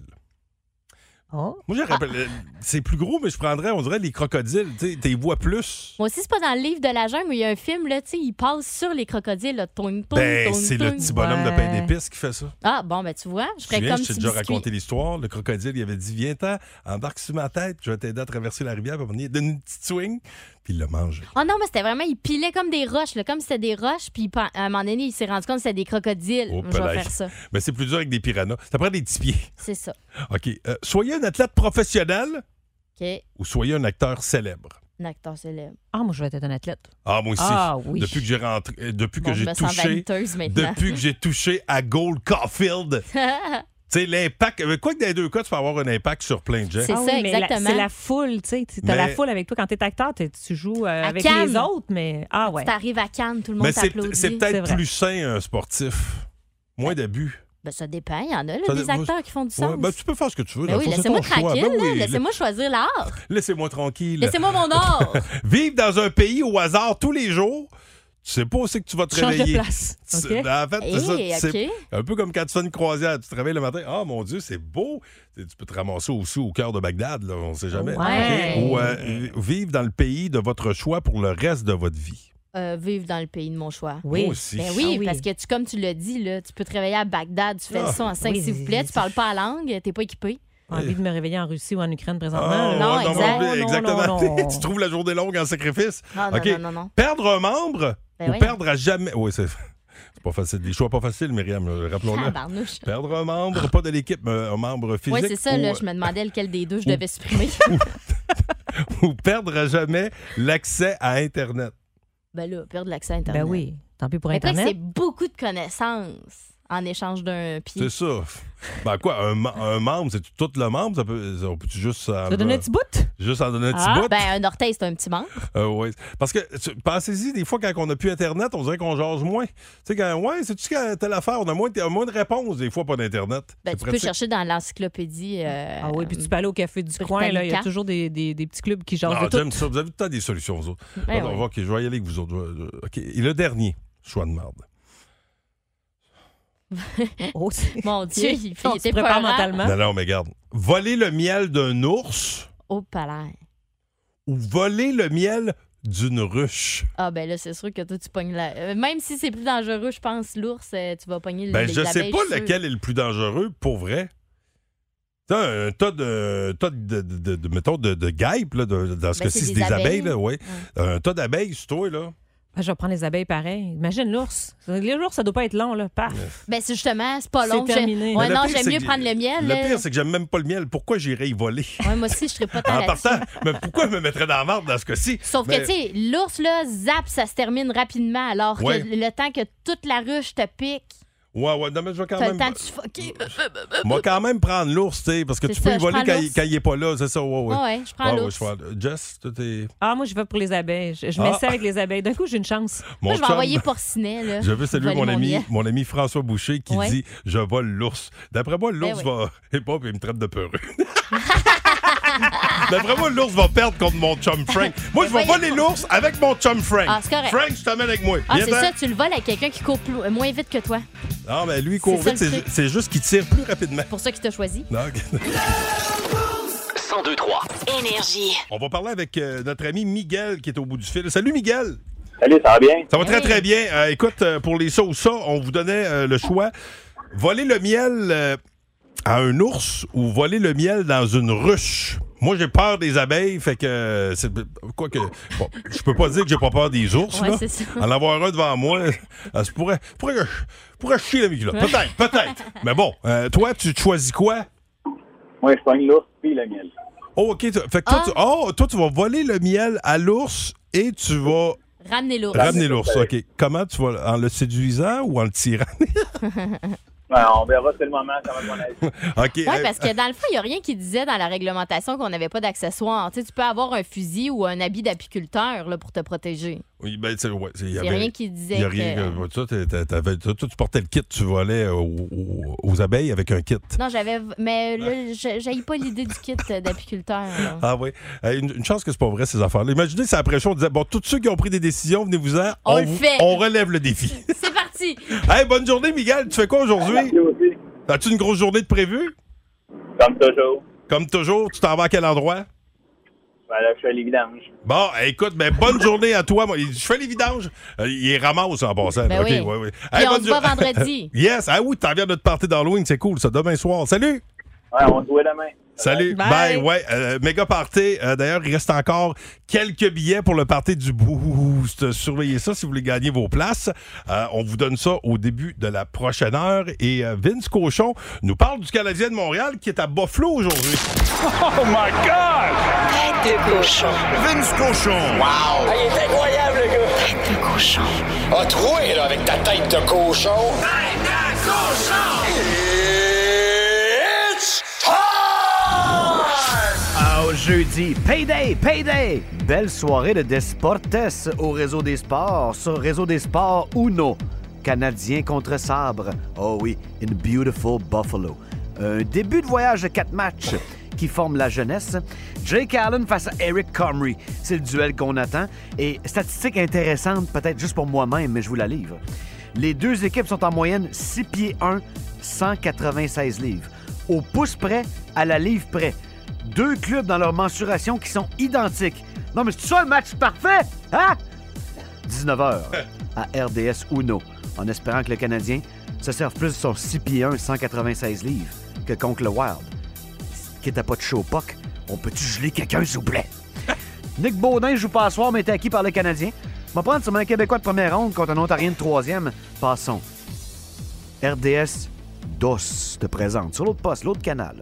Speaker 7: Oh.
Speaker 3: Moi, je
Speaker 7: Ah.
Speaker 3: rappelle, euh, c'est plus gros, mais je prendrais, on dirait, les crocodiles. Tu sais, t'es vois plus.
Speaker 7: Moi aussi, c'est pas dans le livre de la jungle où il y a un film, là, tu sais, il passe sur les crocodiles, là, toing, toing,
Speaker 3: Ben,
Speaker 7: toing,
Speaker 3: c'est le
Speaker 7: toing.
Speaker 3: petit bonhomme de pain d'épices qui fait ça.
Speaker 7: Ah, bon, ben, tu vois, je
Speaker 3: Je
Speaker 7: ferais
Speaker 3: viens,
Speaker 7: comme
Speaker 3: je t'ai
Speaker 7: si
Speaker 3: déjà
Speaker 7: biscuit.
Speaker 3: raconté l'histoire. Le crocodile, il avait dit Viens-t'en, embarque sur ma tête, je vais t'aider à traverser la rivière, puis à un moment donné, il donne une petite swing, puis il le mange.
Speaker 7: Oh non, mais c'était vraiment, il pilait comme des roches, là, comme si c'était des roches, puis pen- à un moment donné, il s'est rendu compte que c'était des crocodiles.
Speaker 3: Oh,
Speaker 7: je vais
Speaker 3: peut-être.
Speaker 7: faire ça.
Speaker 3: Mais c'est plus dur avec des piranhas. Ça prend des petits pieds.
Speaker 7: C'est ça.
Speaker 3: OK. euh, soyez un athlète professionnel
Speaker 7: OK.
Speaker 3: ou soyez un acteur célèbre.
Speaker 7: Un acteur célèbre.
Speaker 8: Ah, moi, je vais être un athlète.
Speaker 3: Ah, moi aussi.
Speaker 8: Ah, oui.
Speaker 3: Depuis que j'ai rentré, euh, depuis
Speaker 7: Bon,
Speaker 3: que
Speaker 7: je
Speaker 3: j'ai
Speaker 7: me sens
Speaker 3: touché,
Speaker 7: vaniteuse maintenant.
Speaker 3: depuis que j'ai touché à Gold Caulfield. tu sais, l'impact. euh, Quoi que dans les deux cas, tu peux avoir un impact sur plein de gens.
Speaker 8: Ah oui, mais la- C'est la foule, tu sais. T'as la
Speaker 3: Mais-
Speaker 8: foule avec toi quand t'es acteur, t'es- tu joues euh, avec
Speaker 7: Cannes.
Speaker 8: les autres, mais. Ah ouais.
Speaker 7: Tu arrives à Cannes, tout le
Speaker 3: Mais
Speaker 7: monde
Speaker 3: c'est
Speaker 7: t'applaudit.
Speaker 3: c'est peut-être plus sain un sportif. Moins d'abus.
Speaker 7: Ben, ça dépend, il y en a, là,
Speaker 3: Ça
Speaker 7: des
Speaker 3: dé-
Speaker 7: acteurs qui font du
Speaker 3: Ouais,
Speaker 7: sens.
Speaker 3: ben, tu peux faire ce que tu veux.
Speaker 7: Ben
Speaker 3: dans
Speaker 7: oui,
Speaker 3: le fond, c'est
Speaker 7: laissez-moi
Speaker 3: ton choix.
Speaker 7: tranquille,
Speaker 3: Ben
Speaker 7: là,
Speaker 3: oui,
Speaker 7: laissez-moi choisir l'art.
Speaker 3: Laissez-moi tranquille.
Speaker 7: Laissez-moi mon or.
Speaker 3: Vivre dans un pays au hasard tous les jours, tu sais pas où c'est que tu vas te
Speaker 14: Change de
Speaker 3: réveiller.
Speaker 14: place.
Speaker 3: Tu-
Speaker 14: OK.
Speaker 3: ben, en fait,
Speaker 7: Eh,
Speaker 3: c'est ça,
Speaker 14: Hey,
Speaker 3: tu sais,
Speaker 14: OK.
Speaker 3: un peu comme quand tu fais une croisière, tu te réveilles le matin, ah mon Dieu, c'est beau. Tu sais, tu peux te ramasser aussi au cœur de Bagdad, là, on sait jamais.
Speaker 7: Ouais.
Speaker 3: OK? Ou euh, vivre dans le pays de votre choix pour le reste de votre vie.
Speaker 7: Euh, vivre dans le pays de mon choix.
Speaker 3: Oui. Moi aussi.
Speaker 7: Ben oui,
Speaker 3: Ah oui.
Speaker 7: parce que tu, comme tu l'as dit, là, tu peux travailler à Bagdad, tu fais
Speaker 8: Ah.
Speaker 7: ça en 5
Speaker 8: Oui,
Speaker 7: s'il vous plaît, tu parles pas la langue, t'es pas équipé.
Speaker 8: J'ai envie de me réveiller en Russie ou en Ukraine présentement.
Speaker 3: Ah,
Speaker 8: là.
Speaker 3: ouais, mais oublie- exactement.
Speaker 8: non, non.
Speaker 3: tu trouves la journée longue en sacrifice.
Speaker 8: Ah, non,
Speaker 3: OK.
Speaker 8: non, non, non.
Speaker 3: Perdre un membre
Speaker 8: Ben
Speaker 3: ou
Speaker 8: voyons.
Speaker 3: perdre à jamais. Oui, c'est c'est pas facile. Des choix pas faciles, Myriam, euh, rappelons-le.
Speaker 7: Tabarnouche.
Speaker 3: Perdre un membre, pas de l'équipe, mais un membre physique.
Speaker 7: Oui, c'est ça,
Speaker 3: ou, euh,
Speaker 7: là, je me demandais lequel des deux je devais supprimer.
Speaker 3: ou perdre à jamais l'accès à Internet.
Speaker 7: ben là, perdre l'accès à Internet.
Speaker 8: Tant pis pour
Speaker 7: Mais quoi que
Speaker 8: Internet.
Speaker 7: c'est beaucoup de connaissances en échange d'un pied.
Speaker 3: C'est ça. Ben quoi, un, mem- un membre, c'est tout le membre, ça peut, on peut juste... Tu
Speaker 7: veux donner un petit bout?
Speaker 3: Juste en donner un petit
Speaker 7: Ah,
Speaker 3: bout.
Speaker 7: ben un orteil, c'est un petit membre.
Speaker 3: Euh, ouais. Parce que, tu- pensez-y, des fois, quand on n'a plus Internet, on dirait qu'on jase moins. Tu sais, quand, ouais, c'est-tu ce que telle affaire? On a moins, de- moins de réponses, des fois, pas d'Internet.
Speaker 7: Ben,
Speaker 3: C'est
Speaker 7: tu peux
Speaker 3: pratique.
Speaker 7: chercher dans l'encyclopédie. ah
Speaker 8: oui, puis tu peux aller au café du coin, là, il y a toujours des, des- des petits clubs qui genre
Speaker 3: Ah,
Speaker 8: de
Speaker 3: j'aime
Speaker 8: tout.
Speaker 3: ça. Vous avez tout le temps des solutions, vous autres.
Speaker 8: Ben
Speaker 3: Attends,
Speaker 8: oui.
Speaker 3: on va- OK, je vais y aller avec vous autres. Je vais- je- OK. Et le dernier, choix de marde.
Speaker 8: Oh,
Speaker 7: Mon Dieu, il fait
Speaker 8: On
Speaker 7: il
Speaker 8: se
Speaker 7: était
Speaker 8: prépare
Speaker 7: peurant.
Speaker 8: mentalement.
Speaker 3: Non, non, mais regarde. Voler le miel d'un ours
Speaker 7: Au palais.
Speaker 3: ou voler le miel d'une ruche?
Speaker 7: Ah ben là, c'est sûr que toi, tu pognes la... euh, Même si c'est plus dangereux, je pense, l'ours, euh, tu vas pogner le-
Speaker 3: Ben, je
Speaker 7: l'abeille,
Speaker 3: sais pas
Speaker 7: suis sûre.
Speaker 3: lequel est le plus dangereux, pour vrai. T'as un tas de, un tas de, de, de- de- mettons, de, de guêpes, là, de- dans ce
Speaker 8: Ben,
Speaker 3: cas-ci,
Speaker 8: c'est
Speaker 3: c'est
Speaker 8: des
Speaker 3: des abeilles,
Speaker 8: abeilles.
Speaker 3: là, ouais. Un tas d'abeilles, c'est toi, là.
Speaker 8: Ah, je vais prendre les abeilles pareil. Imagine l'ours. L'ours, ça doit pas être long, là. Paf.
Speaker 7: Ben c'est justement, c'est pas
Speaker 8: C'est
Speaker 7: long. J'ai- Ouais,
Speaker 8: terminé.
Speaker 3: Mais Ben, le
Speaker 7: non,
Speaker 3: pire,
Speaker 7: j'aime
Speaker 3: c'est
Speaker 7: mieux
Speaker 3: que-
Speaker 7: prendre le miel.
Speaker 3: Le
Speaker 7: là.
Speaker 3: pire, c'est que j'aime même pas le miel. Pourquoi j'irais y voler?
Speaker 7: Ouais, moi aussi, je serais pas tant
Speaker 3: En
Speaker 7: là-dessus.
Speaker 3: partant, Ben, mais pourquoi me mettrais dans la marde dans ce cas-ci?
Speaker 7: Sauf
Speaker 3: Mais-
Speaker 7: que, tu sais, l'ours, là, zap, ça se termine rapidement, alors
Speaker 3: Ouais.
Speaker 7: que le temps que toute la ruche te pique,
Speaker 3: Ouais, ouais, non, mais je vais quand
Speaker 7: t'as le
Speaker 3: même. ben,
Speaker 7: temps de tu fucker.
Speaker 3: Moi, quand même prendre l'ours, tu sais, parce que
Speaker 7: C'est
Speaker 3: tu peux
Speaker 7: ça,
Speaker 3: y
Speaker 7: je
Speaker 3: voler
Speaker 7: prends
Speaker 3: quand, il-
Speaker 7: l'ours.
Speaker 3: quand il est pas là, c'est ça, ouais, ouais.
Speaker 8: Ah ouais, je prends l'ours.
Speaker 3: ouais, je prends- Jess, toi, t'es.
Speaker 8: Ah, moi, je vais pour les abeilles. Je, je
Speaker 3: Ah.
Speaker 8: mets ça avec les abeilles. D'un coup, j'ai une chance.
Speaker 3: Mon Moi, je vais chum. envoyer
Speaker 7: Porcinet, là.
Speaker 3: Je veux saluer
Speaker 8: Voler
Speaker 3: mon ami,
Speaker 8: miel.
Speaker 3: mon ami François Boucher qui
Speaker 8: Ouais.
Speaker 3: dit Je vole l'ours. D'après moi, l'ours
Speaker 8: Ben
Speaker 3: va. Et pas, puis il me traite de peureux. D'après moi, l'ours va perdre contre mon chum Frank. Moi, je vais voler l'ours avec mon chum Frank.
Speaker 7: Ben Ah, c'est correct.
Speaker 3: Frank, je t'amène avec moi.
Speaker 7: Ah,
Speaker 3: Viens
Speaker 7: c'est
Speaker 3: t'en.
Speaker 7: ça, tu le voles à quelqu'un qui court plus- euh, moins vite que toi.
Speaker 3: Ah, ben lui, il court
Speaker 7: C'est ça,
Speaker 3: vite,
Speaker 7: le
Speaker 3: c'est ju-
Speaker 7: truc.
Speaker 3: c'est juste qu'il tire plus rapidement.
Speaker 7: Pour ça qu'il t'a choisi.
Speaker 3: Non, ok.
Speaker 13: 1023.
Speaker 9: Énergie.
Speaker 3: On va parler avec euh, notre ami Miguel qui est au bout du fil. Salut Miguel!
Speaker 15: Salut, ça va bien?
Speaker 3: Ça va très très bien. Euh, écoute, euh, pour les ça ou ça, on vous donnait euh, le choix. Voler le miel euh, à un ours ou voler le miel dans une ruche. Moi, j'ai peur des abeilles, fait que euh, c'est quoi que bon, je peux pas dire que j'ai pas peur des ours
Speaker 14: Ouais,
Speaker 3: là.
Speaker 14: c'est ça.
Speaker 3: En avoir un devant moi, ça se pourrait pourrait que je- pourrait chier la là. Peut-être, peut-être. Mais bon, euh, toi tu te choisis quoi
Speaker 15: Moi, je pogne l'ours puis le miel.
Speaker 3: Oh, OK, tu- fait que toi, tu,
Speaker 7: Ah.
Speaker 3: oh, toi tu vas voler le miel à l'ours et tu vas
Speaker 7: Ramenez l'ours.
Speaker 3: Ramener l'ours, OK. Comment tu vas, en le séduisant ou en le tirant?
Speaker 15: Ouais, Ben, on verra, c'est le moment, ça va mon avis.
Speaker 3: OK.
Speaker 7: Oui,
Speaker 3: euh,
Speaker 7: parce que dans le fond, il n'y a rien qui disait dans la réglementation qu'on n'avait pas d'accessoires. Tu sais, tu peux avoir un fusil ou un habit d'apiculteur là, pour te protéger.
Speaker 3: Oui, ben, tu sais, ouais, il
Speaker 7: Il y a rien qui disait
Speaker 3: Il y a rien
Speaker 7: que-
Speaker 3: que- ça, t'es- t'es- t'avais- ça, toi, tu portais le kit, tu volais euh, aux, aux- aux abeilles avec un kit.
Speaker 7: Non, j'avais. Mais là, je- j'haïs pas l'idée du kit euh, d'apiculteur. là.
Speaker 3: Ah oui. Euh, Une, une chance que c'est pas vrai, ces affaires-là. Imaginez, c'est après chaud, on disait, bon, tous ceux qui ont pris des décisions, venez-vous-en.
Speaker 7: On le
Speaker 3: vous-
Speaker 7: fait.
Speaker 3: on relève le défi.
Speaker 7: C'est parti!
Speaker 3: hey, bonne journée, Miguel. Tu fais quoi aujourd'hui? As-tu une grosse journée de prévu?
Speaker 15: Comme toujours.
Speaker 3: Comme toujours, tu t'en vas à quel endroit?
Speaker 15: Ben là, je suis à l'évidence.
Speaker 3: Bon, écoute, ben, bonne journée à toi. Moi, Je fais les vidanges. Euh, Il les ramasse en passant.
Speaker 7: Ben
Speaker 3: OK,
Speaker 7: oui.
Speaker 3: ouais, ouais.
Speaker 7: Puis on
Speaker 3: bonne
Speaker 7: se
Speaker 3: jour-
Speaker 7: voit vendredi.
Speaker 3: yes. Ah oui, t'en viens de te partir d'Halloween. C'est cool, ça. Demain soir. Salut!
Speaker 15: Ouais, on se voit demain.
Speaker 3: Salut.
Speaker 15: Bye.
Speaker 3: Bye. ouais. euh, méga party. Euh, D'ailleurs, il reste encore quelques billets pour le party du Boost. Surveillez ça si vous voulez gagner vos places. Euh, on vous donne ça au début de la prochaine heure. Et euh, Vince Cochon nous parle du Canadien de Montréal qui est à Buffalo aujourd'hui.
Speaker 14: Oh my God! Tête de cochon. Vince cochon. Wow! Ah, il est incroyable, le gars! Tête de cochon. A troué, là, avec ta tête de cochon. Tête de cochon! It's
Speaker 16: Ah, Au jeudi, payday, payday! Belle soirée de Desportes au Réseau des Sports, sur Réseau des Sports Uno. Canadien contre Sabre. Oh oui, in beautiful Buffalo. Un début de voyage de quatre matchs qui forment la jeunesse. Jake Allen face à Eric Comrie. C'est le duel qu'on attend. Et statistique intéressante, peut-être juste pour moi-même, mais je vous la livre. Les deux équipes sont en moyenne 6 pieds 1, 196 livres. Au pouce près, à la livre près deux clubs dans leur mensuration qui sont identiques. Non, mais c'est ça le match parfait, hein? 19h à RDS Uno, en espérant que le Canadien se serve plus de son 6 pieds 1, 196 livres que contre le Wild. Quitte à pas de show puck, on peut-tu geler quelqu'un, s'il vous plaît? Nick Baudin joue pas à soir, mais est acquis par le Canadien. On va prendre sur un Québécois de première ronde contre un Ontarien de troisième. Passons. RDS DOS te présente sur l'autre poste, l'autre canal.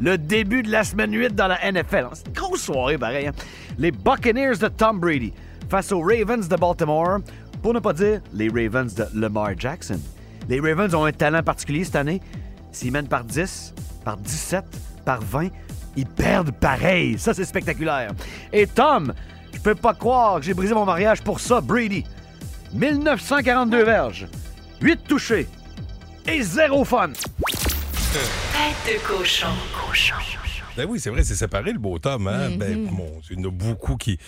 Speaker 16: Le début de la semaine 8 dans la NFL. C'est une grosse soirée, pareil. hein. Les Buccaneers de Tom Brady face aux Ravens de Baltimore, pour ne pas dire les Ravens de Lamar Jackson. Les Ravens ont un talent particulier cette année. S'ils mènent par 10, par 17, par 20, ils perdent pareil. Ça, c'est spectaculaire. Et Tom, je peux pas croire que j'ai brisé mon mariage pour ça, Brady. 1942 verges, 8 touchés et zéro fun.
Speaker 14: Tête de cochon. Cochon.
Speaker 3: Euh, Ben oui, c'est vrai, c'est séparé le beau Tom. Hein?
Speaker 7: Mm-hmm.
Speaker 3: Ben, mon Dieu, il y en a beaucoup qui,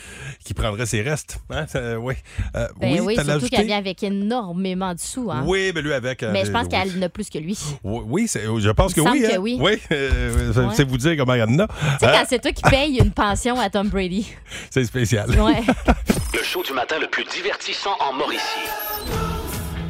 Speaker 3: qui prendraient ses restes. Hein? Ça, ouais. Euh,
Speaker 7: Ben oui,
Speaker 3: t'allais
Speaker 7: surtout
Speaker 3: ajouter?
Speaker 7: qu'elle vient avec énormément de sous. Hein?
Speaker 3: Oui, ben lui avec. euh,
Speaker 7: Mais je pense
Speaker 3: oui.
Speaker 7: qu'elle en a plus que lui. Tu
Speaker 3: Oui, oui, c'est- je pense
Speaker 7: Il
Speaker 3: que
Speaker 7: me
Speaker 3: oui,
Speaker 7: semble
Speaker 3: hein.
Speaker 7: que oui.
Speaker 3: euh, c'est-
Speaker 7: Ouais.
Speaker 3: c'est vous dire comment il y en a.
Speaker 7: sais,
Speaker 3: Hein?
Speaker 7: quand c'est toi qui paye une pension à Tom Brady.
Speaker 3: C'est spécial.
Speaker 7: Ouais.
Speaker 13: Le show du matin le plus divertissant en Mauricie.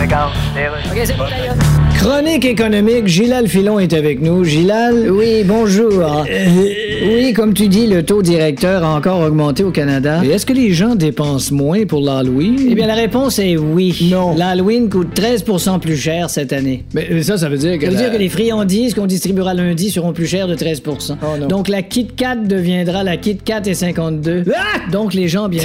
Speaker 16: Regarde,
Speaker 4: Chronique économique, Gilal Filon est avec nous. Gilal. Oui,
Speaker 5: Ah.
Speaker 4: bonjour.
Speaker 6: Oui, comme tu dis, le taux directeur a encore augmenté au Canada.
Speaker 4: Et est-ce que les gens dépensent moins pour l'Halloween? Eh bien, la réponse est oui. Non. L'Halloween coûte 13 plus cher cette année.
Speaker 5: Mais ça, ça veut dire que.
Speaker 4: Ça veut
Speaker 5: la-
Speaker 4: dire que les friandises qu'on distribuera lundi seront plus chères de 13
Speaker 5: Oh,
Speaker 4: Donc la Kit Kat deviendra la Kit Kat et 52.
Speaker 5: Ah!
Speaker 4: Donc les gens, bien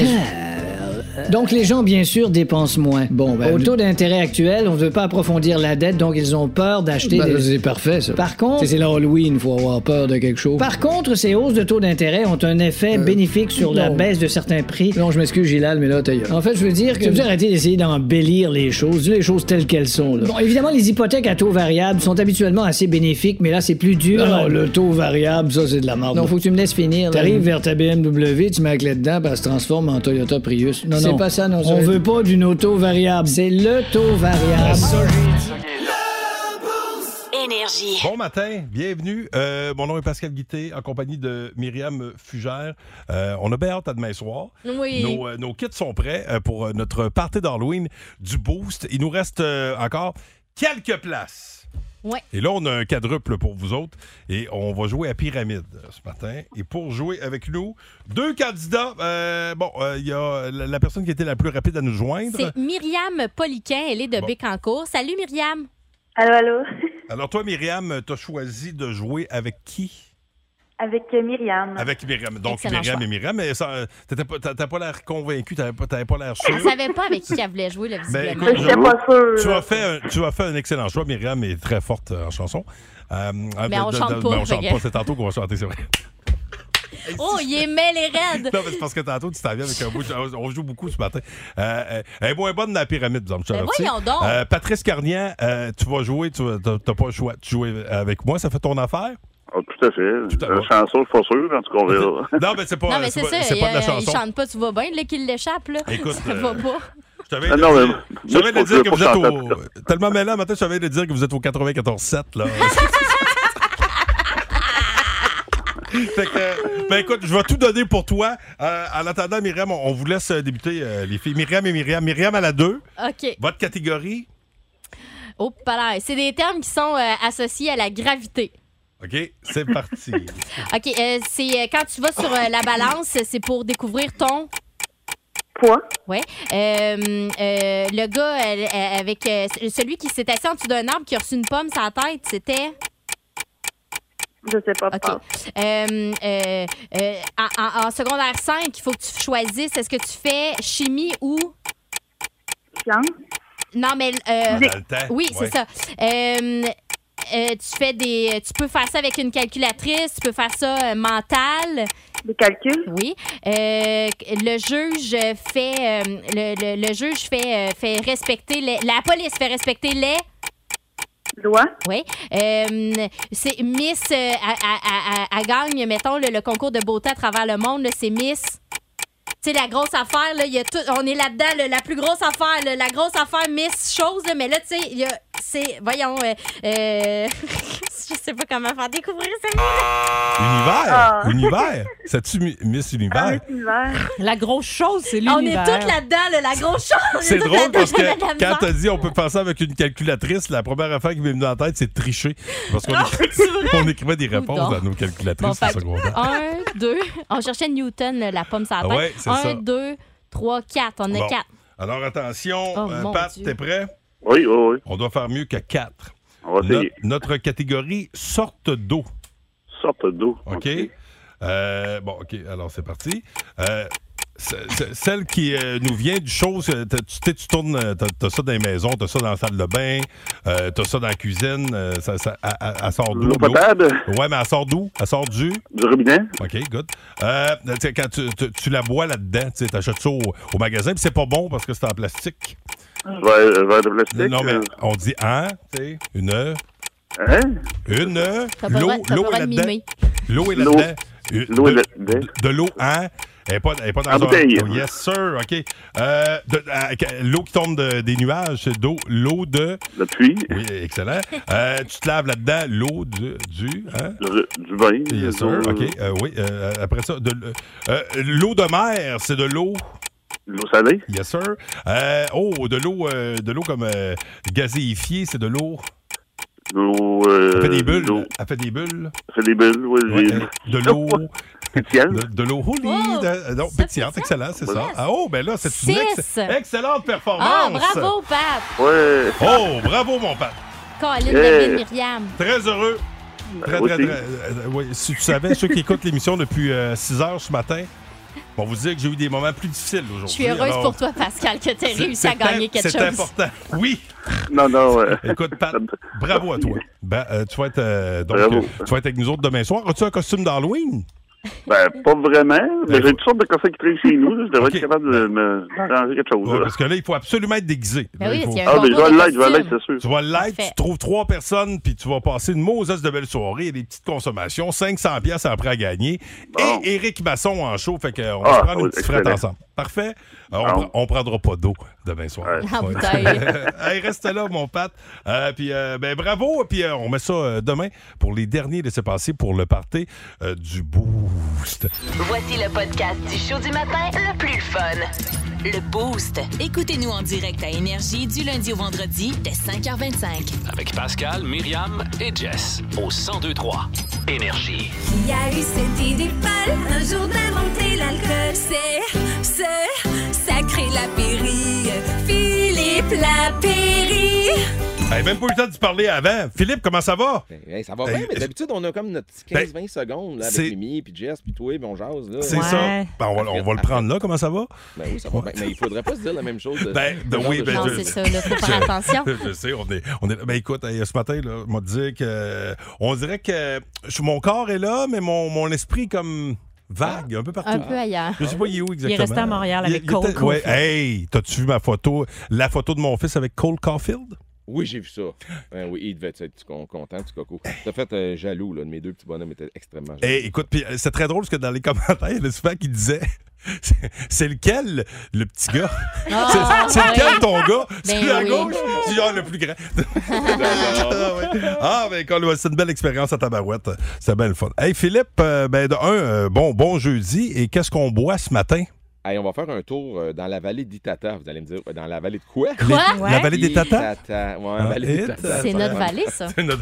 Speaker 4: Donc les gens, bien sûr, dépensent moins. Bon,
Speaker 5: ben,
Speaker 4: Au taux d'intérêt actuel, on ne veut pas approfondir la dette, donc ils ont peur d'acheter
Speaker 5: Ben,
Speaker 4: des...
Speaker 5: C'est parfait, ça.
Speaker 4: Par contre-
Speaker 5: C'est l'Halloween, faut avoir peur de quelque chose.
Speaker 4: Par contre, ces hausses de taux d'intérêt ont un effet bénéfique sur la
Speaker 5: Euh, non.
Speaker 4: baisse de certains prix.
Speaker 5: Non, je m'excuse, Gilal, mais là, t'as
Speaker 4: En fait, je veux dire que... Tu veux arrêter d'essayer d'embellir les choses, dis les choses telles qu'elles sont. Bon, évidemment, les hypothèques à taux variable sont habituellement assez bénéfiques, mais là, c'est plus dur.
Speaker 5: Non, non, le
Speaker 4: taux variable, ça, c'est de la merde. Non, faut que tu me laisses finir. là.
Speaker 5: T'arrives vers ta BMW, tu mets la clé dedans, puis elle se transforme en Toyota Prius.
Speaker 4: Non,
Speaker 5: C'est
Speaker 4: non.
Speaker 5: pas ça, non. ça
Speaker 4: On
Speaker 5: veut-
Speaker 4: veut pas d'une auto variable. C'est le taux variable.
Speaker 9: Énergie.
Speaker 3: Bon matin, bienvenue. Euh, mon nom est Pascal Guité, en compagnie de Myriam Fugère. Euh, on a bien hâte à demain soir.
Speaker 14: Oui.
Speaker 3: Nos, euh, nos kits sont prêts euh, pour euh, notre party d'Halloween du Boost. Il nous reste euh, encore quelques places.
Speaker 7: Ouais.
Speaker 3: Et là, on a un quadruple pour vous autres. Et on va jouer à Pyramide euh, ce matin. Et pour jouer avec nous, deux candidats. Euh, bon, euh, il y a la, la personne qui était la plus rapide à nous joindre.
Speaker 7: C'est Myriam Poliquin, elle est de
Speaker 3: Bon.
Speaker 7: Bécancour. Salut Myriam.
Speaker 12: Allô, allô?
Speaker 3: Alors toi, Myriam, tu as choisi de jouer avec qui?
Speaker 12: Avec euh, Myriam.
Speaker 3: Avec Myriam. Donc,
Speaker 7: Excellent
Speaker 3: Myriam
Speaker 7: choix.
Speaker 3: et Myriam, mais ça, euh, t'étais pas- t'as t'as pas l'air convaincu, t'avais pas, t'avais pas l'air sûr.
Speaker 7: Elle savait pas avec qui elle voulait jouer, là,
Speaker 3: Ben,
Speaker 7: visiblement.
Speaker 3: écoute, Tu as, fait un, tu as fait un excellent choix. Myriam est très forte euh, en chanson. Euh,
Speaker 7: Mais on chante pas,
Speaker 3: ben, on
Speaker 7: fait
Speaker 3: chante
Speaker 7: que-
Speaker 3: pas. C'est tantôt qu'on va chanter, c'est vrai.
Speaker 7: Oh, il est mêlé raide.
Speaker 3: Non, mais c'est parce que tantôt, tu t'en viens avec un bout. de- On joue beaucoup ce matin. Euh, euh, elle est moins bonne dans la pyramide, disons.
Speaker 7: Ben, voyons donc.
Speaker 3: euh, Patrice Carnian, euh, tu vas jouer. Tu n'as pas le choix. Tu joues avec moi. Ça fait ton affaire?
Speaker 17: Ah, tout à fait. Un chanceux, pas sûr, en tout cas, on verra.
Speaker 3: Non, mais c'est pas,
Speaker 7: non, mais c'est ça.
Speaker 3: c'est
Speaker 7: il,
Speaker 3: pas de la
Speaker 7: euh, il
Speaker 3: chanson.
Speaker 7: chante pas, tu vas bien. Là qu'il l'échappe, là.
Speaker 3: Écoute,
Speaker 7: ça
Speaker 3: euh,
Speaker 7: va pas.
Speaker 3: Je t'avais
Speaker 17: Ah, non, mais-
Speaker 3: je t'avais
Speaker 17: moi,
Speaker 3: de
Speaker 17: je
Speaker 3: dire que vous
Speaker 17: continue
Speaker 3: êtes
Speaker 17: pas
Speaker 3: au. Tellement mêlant, matin, je t'avais de dire que vous êtes au 94-7, là. Fait que, euh, ben écoute, je vais tout donner pour toi. Euh, en attendant, Myriam, on, on vous laisse euh, débuter, euh, les filles. Myriam et Myriam. Myriam à la 2.
Speaker 7: OK.
Speaker 3: Votre catégorie,
Speaker 7: Oh, pas là. C'est des termes qui sont euh, associés à la gravité.
Speaker 3: OK, c'est parti.
Speaker 7: OK, euh, c'est euh, quand tu vas sur euh, la balance, c'est pour découvrir ton.
Speaker 12: Poids.
Speaker 7: Ouais. Euh, euh, le gars euh, euh, avec euh, c- celui qui s'est assis en dessous d'un arbre qui a reçu une pomme sur la tête, c'était.
Speaker 12: Je sais pas.
Speaker 7: OK. Euh, euh, euh, en, en- en secondaire 5, il faut que tu choisisses est-ce que tu fais chimie ou.
Speaker 12: Science.
Speaker 7: Non, mais.
Speaker 12: Dans
Speaker 7: euh,
Speaker 12: le temps,
Speaker 7: Oui,
Speaker 12: ouais.
Speaker 7: c'est ça. Euh, euh, tu fais des. Tu peux faire ça avec une calculatrice, tu peux faire ça euh, mental.
Speaker 12: Des calculs.
Speaker 7: Oui. Euh, le juge fait. euh, le, le- le juge fait, euh, fait respecter. les- la police fait respecter les.
Speaker 12: Loi.
Speaker 7: Oui. Euh, c'est Miss. euh, Elle elle- elle- elle gagne, mettons, le, le concours de beauté à travers le monde. là, C'est Miss. Tu sais, la grosse affaire, là, il y a tout, on est là-dedans, là, la plus grosse affaire, là, la grosse affaire Miss Chose, là, mais là, tu sais, il y a. C'est. Voyons. euh, euh, je sais pas comment faire découvrir ça.
Speaker 3: Univers.
Speaker 7: Ah.
Speaker 3: Univers. C'est-tu Mi- Miss Univers?
Speaker 7: La grosse chose, c'est
Speaker 8: l'univers.
Speaker 7: On est toutes là-dedans, là, la grosse chose. on est
Speaker 3: C'est
Speaker 7: toutes
Speaker 3: drôle
Speaker 7: là-dedans,
Speaker 3: parce
Speaker 7: on a de la
Speaker 3: que quand
Speaker 7: misère.
Speaker 3: t'as dit on peut faire ça avec une calculatrice, la première affaire qui m'est venue en tête, c'est tricher. Parce qu'on
Speaker 7: Ah,
Speaker 3: écrit-
Speaker 7: c'est vrai?
Speaker 3: on écrivait des réponses
Speaker 7: Coudon.
Speaker 3: à nos calculatrices
Speaker 7: Bon,
Speaker 3: au
Speaker 7: fait que
Speaker 3: secondaire. Ah
Speaker 7: un, deux. On cherchait Newton, euh, la pomme sur la tête.
Speaker 3: Ouais, c'est
Speaker 7: un,
Speaker 3: ça.
Speaker 7: deux, trois, quatre. On a
Speaker 3: Bon.
Speaker 7: quatre.
Speaker 3: Alors attention,
Speaker 7: Oh,
Speaker 3: euh,
Speaker 7: mon
Speaker 3: Pat,
Speaker 7: Dieu.
Speaker 3: t'es prêt?
Speaker 17: Oui, oui, oui.
Speaker 3: On doit faire mieux que 4.
Speaker 17: On va essayer.
Speaker 3: notre catégorie sorte d'eau.
Speaker 17: Sorte d'eau.
Speaker 3: OK. Euh, bon, OK, alors c'est parti. Euh, ce- ce- celle qui euh, nous vient du chose, euh, t'as- tu sais, tu tournes, euh, t'as t'as ça dans les maisons, t'as ça dans la salle de bain, euh, t'as ça dans la cuisine, euh, ça, ça- elle- elle- elle sort d'où?
Speaker 17: L'eau potable?
Speaker 3: Ouais, mais elle sort d'où? Elle sort du?
Speaker 17: Du robinet.
Speaker 3: OK, good. Euh, tu sais, quand tu, tu- tu la bois là-dedans, tu sais, t'achètes ça au, au magasin, puis c'est pas bon parce que c'est en plastique.
Speaker 17: Verre verre de plastique.
Speaker 3: Non, mais
Speaker 17: euh,
Speaker 3: on dit hein? un, tu sais, une heure.
Speaker 17: Hein?
Speaker 3: Une heure.
Speaker 17: T'as pas le
Speaker 3: L'eau
Speaker 17: droit- t'as
Speaker 3: l'eau
Speaker 17: pas le
Speaker 3: est
Speaker 17: droit de
Speaker 3: là-dedans.
Speaker 17: mimer.
Speaker 3: L'eau est
Speaker 17: L'eau-
Speaker 3: là-dedans. Euh,
Speaker 17: l'eau est
Speaker 3: de-
Speaker 17: là-dedans.
Speaker 3: de- De l'eau, hein? Elle n'est pas, elle est pas dans
Speaker 17: En
Speaker 3: un-
Speaker 17: bouteille.
Speaker 3: Oh, yes, sir. OK. Euh, de- euh, que- l'eau qui tombe de- des nuages, c'est d'eau- l'eau de.
Speaker 17: La pluie.
Speaker 3: Oui, excellent. Euh, tu te laves là-dedans, l'eau du. Du, hein?
Speaker 17: du bain.
Speaker 3: Yes, sir.
Speaker 17: l'eau-
Speaker 3: OK. Euh, oui. euh, après ça, de l- euh, l'eau de mer, c'est de l'eau.
Speaker 17: L'eau salée.
Speaker 3: Yes, sir. Euh, oh, de l'eau euh, de l'eau comme euh, gazéifiée, c'est de l'eau.
Speaker 17: L'eau. euh,
Speaker 3: Elle fait des bulles.
Speaker 17: l'eau-
Speaker 3: Elle fait des bulles.
Speaker 17: Ça fait des bulles, oui.
Speaker 3: Ouais,
Speaker 17: j'ai-
Speaker 3: euh, de l'eau.
Speaker 17: Pétillante.
Speaker 3: De, de l'eau holy.
Speaker 7: Oh,
Speaker 3: de- non, pétillante, excellent, c'est ça. Ah, oh, ben là, c'est une
Speaker 7: Six.
Speaker 3: ex- excellente performance.
Speaker 7: Ah, bravo, Pat.
Speaker 17: Ouais.
Speaker 3: Oh, bravo, mon père.
Speaker 7: Colin
Speaker 3: Yeah.
Speaker 7: devine Myriam.
Speaker 3: Très heureux. Très,
Speaker 17: moi
Speaker 3: très, très,
Speaker 17: aussi.
Speaker 3: euh, ouais, si tu savais, ceux qui écoutent l'émission depuis 6 heures ce matin, vont vous dire que j'ai eu des moments plus difficiles aujourd'hui.
Speaker 7: Je suis heureuse
Speaker 3: Alors,
Speaker 7: pour toi, Pascal, que tu aies
Speaker 3: c'est-
Speaker 7: réussi à
Speaker 3: c'est
Speaker 7: gagner
Speaker 3: im-
Speaker 7: quelque
Speaker 3: C'est
Speaker 7: chose.
Speaker 3: important. Oui.
Speaker 17: Non, non.
Speaker 3: Écoute, Pat, bravo à toi. Ben, euh, tu, vas être, euh, donc,
Speaker 17: Bravo.
Speaker 3: euh, tu vas être avec nous autres demain soir. As-tu un costume d'Halloween?
Speaker 17: Ben, pas vraiment.
Speaker 3: Ben,
Speaker 17: Mais j'ai toutes sortes de cossins qui traînent chez nous. là. Je devrais être capable de me changer quelque chose.
Speaker 3: Ouais,
Speaker 17: là.
Speaker 3: parce que là, il faut absolument être déguisé.
Speaker 17: Ben
Speaker 3: Là,
Speaker 17: oui,
Speaker 3: il faut-
Speaker 17: s'il y a un Ah, mais je concours vais de l'être, je vais costumes. l'être, c'est sûr.
Speaker 3: Tu vas l'être, tu
Speaker 17: Parfait.
Speaker 3: trouves trois personnes, puis tu vas passer une mauvaise de belle soirée, et des petites consommations, 500 pièces après à gagner, et Éric Masson en show, fait qu'on va
Speaker 17: Ah,
Speaker 3: se prendre
Speaker 17: oui,
Speaker 3: une petite frette
Speaker 17: excellent.
Speaker 3: ensemble. Parfait. Euh, on, pr- on prendra pas d'eau demain soir.
Speaker 17: Ah,
Speaker 3: Ouais.
Speaker 17: bouteille.
Speaker 3: Hey, reste là, mon Pat. Euh, puis, euh, ben, bravo. Puis, euh, on met ça euh, demain pour les derniers laissés-passer pour le party euh, du Boost.
Speaker 1: Voici le podcast du show du matin le plus fun.
Speaker 9: Le Boost. Écoutez-nous en direct à Énergie du lundi au vendredi dès 5h25.
Speaker 2: Avec Pascal, Myriam et Jess au 1023 Énergie.
Speaker 18: Il y a eu cette idée folle un jour d'inventer l'alcool. C'est ce sacré Lapéry, Philippe Lapéry.
Speaker 3: Hey, même pas eu le temps de te parler avant. Philippe, comment ça va?
Speaker 19: Hey, ça va bien,
Speaker 3: Hey, Ben,
Speaker 19: mais d'habitude, on a comme notre petit 15-20 secondes là,
Speaker 3: c'est-
Speaker 19: avec Mimi, puis Jess, puis toi, puis on jase. là.
Speaker 3: C'est ça. Ben, on, va, on va le prendre là, comment ça va?
Speaker 19: Ben oui, ça va bien. Mais il faudrait pas se dire la même chose. de-
Speaker 3: Ben,
Speaker 19: ce
Speaker 3: ben
Speaker 19: genre
Speaker 3: oui,
Speaker 19: de
Speaker 3: ben,
Speaker 19: choses.
Speaker 3: je- je- Je sais, on est, on est là. Ben écoute, hey, ce matin, là, on m'a dit que. On dirait que je- mon corps est là, mais mon, mon esprit est comme vague, un peu partout.
Speaker 7: Un peu ailleurs.
Speaker 3: Je sais pas, il est où exactement.
Speaker 8: resté à Montréal
Speaker 3: Il-
Speaker 8: avec
Speaker 3: il était-
Speaker 8: Cole
Speaker 3: ouais,
Speaker 8: Caulfield.
Speaker 3: Hey, t'as-tu vu ma photo, la photo de mon fils avec Cole Caulfield?
Speaker 19: Oui, j'ai vu ça. Ben oui, il devait être con- content, du coco. T'as fait euh, jaloux, là. de Mes deux petits bonhommes étaient extrêmement jaloux.
Speaker 3: Eh, écoute, puis, euh, c'est très drôle parce que dans les commentaires, il y en a souvent qui disaient c'est- c'est lequel le petit gars
Speaker 14: Ah,
Speaker 3: C'est c'est
Speaker 14: oui.
Speaker 3: lequel ton gars C'est
Speaker 14: Ben
Speaker 3: lui à
Speaker 14: oui.
Speaker 3: gauche C'est genre le plus grand. ah, ouais. Ah, ben, Colin, c'est une belle expérience à Tabarouette. C'est bien le fun. Hey, Philippe, euh, ben, de un, euh, bon, bon jeudi. Et qu'est-ce qu'on boit ce matin
Speaker 19: Hey, on va faire un tour euh, dans la vallée d'Itata. Vous allez me dire, euh, dans la vallée de quoi?
Speaker 3: Quoi? Les- la vallée des Tatas?
Speaker 19: Itata, ouais,
Speaker 3: Ah,
Speaker 19: vallée des
Speaker 3: Itata.
Speaker 19: Tatas.
Speaker 7: C'est notre vallée, ça.
Speaker 3: C'est notre,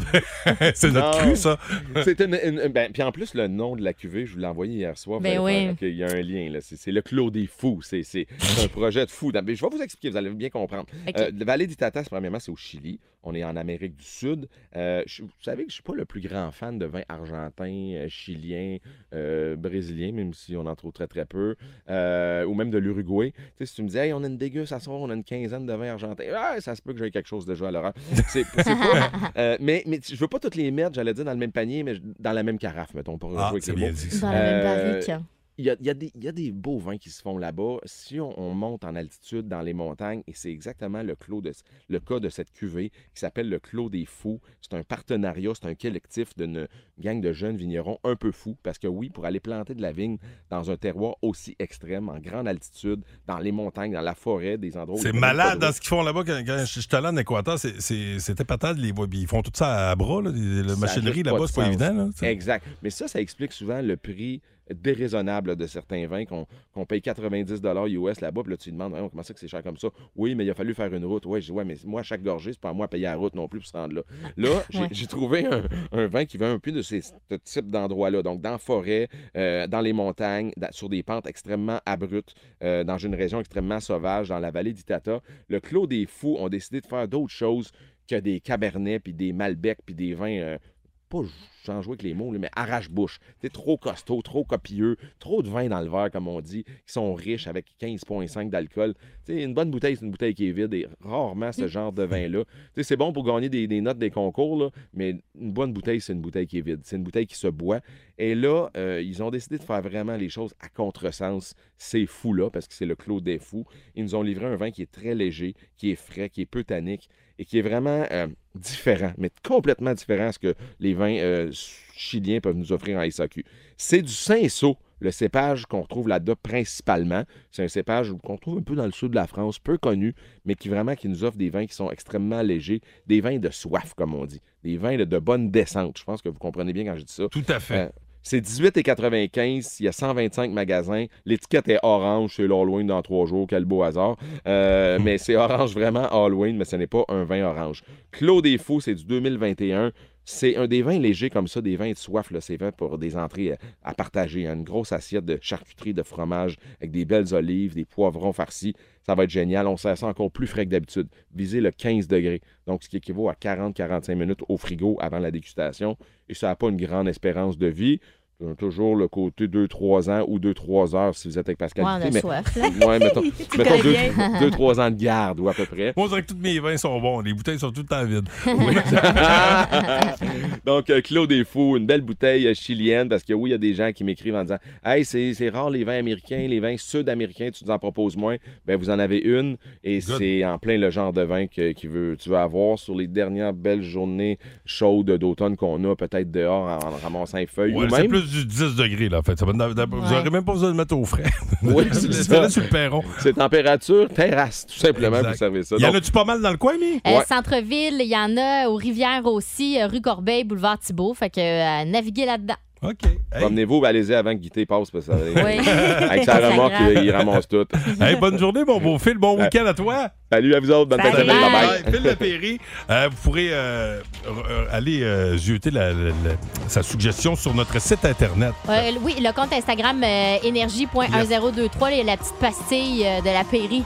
Speaker 3: c'est notre
Speaker 19: Non.
Speaker 3: cru, ça.
Speaker 19: C'est une- une- ben, puis en plus, le nom de la cuvée, je vous l'ai envoyé hier soir. vous
Speaker 7: Ben
Speaker 19: allez faire,
Speaker 7: oui.
Speaker 19: OK, Il y a un lien. là. C'est c'est le Clos des Fous. C'est c'est un projet de fou. Mais je vais vous expliquer, vous allez bien comprendre.
Speaker 7: OK.
Speaker 19: Euh, la vallée d'Itata, c'est- premièrement, c'est au Chili. On est en Amérique du Sud. Euh, je- vous savez que je ne suis pas le plus grand fan de vins argentins, euh, chiliens, euh, brésiliens, même si on en trouve très, très peu, euh, ou même de l'Uruguay. Tu sais, si tu me dis, hey, on a une dégustation, on a une quinzaine de vins argentins, Ah, ça se peut que j'aie quelque chose déjà à l'horreur. C'est c'est pas. euh, mais, mais je veux pas toutes les mettre, j'allais dire, dans le même panier, mais je- dans la même carafe, mettons, pour
Speaker 3: Ah,
Speaker 19: jouer avec
Speaker 3: c'est
Speaker 19: les
Speaker 3: bien
Speaker 19: mots. Euh,
Speaker 3: dit,
Speaker 7: ça. Dans la même barrique.
Speaker 19: Il y a, il y a des- il y a des beaux vins qui se font là-bas. Si on, on monte en altitude dans les montagnes, et c'est exactement le, clos de, le cas de cette cuvée qui s'appelle le Clos des Fous. C'est un partenariat, c'est un collectif d'une gang de jeunes vignerons un peu fous. Parce que oui, pour aller planter de la vigne dans un terroir aussi extrême, en grande altitude, dans les montagnes, dans la forêt, des endroits où il
Speaker 3: C'est
Speaker 19: y a pas de
Speaker 3: malade hein,
Speaker 19: droit.
Speaker 3: dans ce qu'ils font là-bas. Quand, quand je je suis allé en Équateur, c'est- c'est- c'était patate. Les, voix. Puis ils font tout ça à bras. Là, les- la
Speaker 19: Ça
Speaker 3: machinerie
Speaker 19: ajoute pas
Speaker 3: là-bas,
Speaker 19: de
Speaker 3: c'est pas
Speaker 19: sens.
Speaker 3: évident. là. C'est-
Speaker 19: Exact. Mais ça, ça explique souvent le prix déraisonnable de certains vins qu'on qu'on paye 90 US là-bas. Puis là, tu te demandes, Voyons, comment ça que c'est cher comme ça? Oui, mais il a fallu faire une route. Oui, je dis, ouais, mais moi, chaque gorgée, c'est pas à moi de payer la route non plus pour se rendre là. Là, j'ai
Speaker 7: Ouais.
Speaker 19: j'ai trouvé un, un vin qui vient un peu de ces, ce type d'endroits-là. Donc, dans la forêt, euh, dans les montagnes, dans- sur des pentes extrêmement abruptes, euh, dans une région extrêmement sauvage, dans la vallée d'Itata. Le Clos des Fous ont décidé de faire d'autres choses que des cabernets, puis des malbecs, puis des vins euh, pas j- sans jouer avec les mots, là, mais arrache-bouche. C'est trop costaud, trop copieux, trop de vin dans le verre, comme on dit, qui sont riches avec 15,5 d'alcool. Tu sais, Une bonne bouteille, c'est une bouteille qui est vide et rarement ce genre de vin-là. Tu sais, C'est bon pour gagner des, des notes des concours, là, mais une bonne bouteille, c'est une bouteille qui est vide. C'est une bouteille qui se boit. Et là, euh, ils ont décidé de faire vraiment les choses à contresens. Ces fous-là, parce que c'est le clos des fous, ils nous ont livré un vin qui est très léger, qui est frais, qui est peu tannique et qui est vraiment euh, différent, mais complètement différent à ce que les vins euh, chiliens peuvent nous offrir en SAQ. C'est du Cinsault, le cépage qu'on retrouve là-dedans principalement. C'est un cépage qu'on trouve un peu dans le sud de la France, peu connu, mais qui vraiment qui nous offre des vins qui sont extrêmement légers, des vins de soif, comme on dit, des vins de, de bonne descente. Je pense que vous comprenez bien quand je dis ça.
Speaker 3: Tout à fait.
Speaker 19: Euh, c'est 18,95. Il y a 125 magasins. L'étiquette est orange. C'est l'Halloween dans trois jours. Quel beau hasard. Euh, mais c'est orange vraiment Halloween, mais ce n'est pas un vin orange. Clos des Fous, c'est du 2021. C'est un des vins légers comme ça, des vins de soif, là, c'est vins pour des entrées à, à partager. hein. Une grosse assiette de charcuterie, de fromage, avec des belles olives, des poivrons farcis. Ça va être génial. On sert ça encore plus frais que d'habitude. Visez le 15 degrés, donc ce qui équivaut à 40-45 minutes au frigo avant la dégustation. Et ça n'a pas une grande espérance de vie. Euh, Toujours le côté 2-3 ans ou 2-3 heures si vous êtes avec Pascal.
Speaker 7: Ouais, on a
Speaker 19: Guité, mais-
Speaker 7: soif, là.
Speaker 19: Ouais, mettons,
Speaker 7: Tu
Speaker 19: mettons
Speaker 7: connais
Speaker 19: deux-
Speaker 7: bien.
Speaker 19: deux, trois ans de garde ou à peu près.
Speaker 3: Moi, je dirais que tous mes vins sont bons. Les bouteilles sont tout le temps vides.
Speaker 19: Donc, euh, Clos des Fous, une belle bouteille euh, chilienne, parce que oui, il y a des gens qui m'écrivent en disant Hey, c'est c'est rare les vins américains, les vins sud-américains, tu nous en proposes moins. Ben, vous en avez une, et c'est en plein le genre de vin que, qui veut, tu veux avoir sur les dernières belles journées chaudes d'automne qu'on a, peut-être dehors en, en ramassant les feuilles.
Speaker 3: Ouais,
Speaker 19: ou
Speaker 3: c'est
Speaker 19: même...
Speaker 3: plus du 10 degrés, là, en fait. Ça va- Vous
Speaker 19: Ouais.
Speaker 3: n'aurez même pas besoin de le mettre au frais.
Speaker 19: Oui,
Speaker 3: c'est
Speaker 19: c'est
Speaker 3: là
Speaker 19: ça.
Speaker 3: sur le perron.
Speaker 19: C'est température, terrasse, tout simplement,
Speaker 3: Exact.
Speaker 19: vous savez ça.
Speaker 3: Il y en
Speaker 19: Donc-
Speaker 3: a-tu pas mal dans le coin, mais?
Speaker 7: Euh, Centre-ville, il y en a aux rivières aussi, euh, rue Corbeil, boulevard Thibault. Fait que euh, à naviguer là-dedans.
Speaker 19: Promenez-vous, ben, allez-y avant que Guité passe, parce que ça va
Speaker 7: Oui.
Speaker 19: Avec sa
Speaker 7: C'est pas
Speaker 19: remorque,
Speaker 7: grave.
Speaker 19: il, il ramasse tout.
Speaker 3: Hein? Hey, bonne journée, mon beau Phil. Bon week-end à toi.
Speaker 19: Salut à vous autres. Bonne
Speaker 3: Salut.
Speaker 19: fin de semaine. Bye-bye.
Speaker 3: Bye. Phil Lapéry, euh, vous pourrez euh, re- euh, aller euh, jeter la- la- la- sa suggestion sur notre site Internet.
Speaker 7: Euh, oui, le compte Instagram euh, énergie.1023, la petite pastille euh, de la Péri.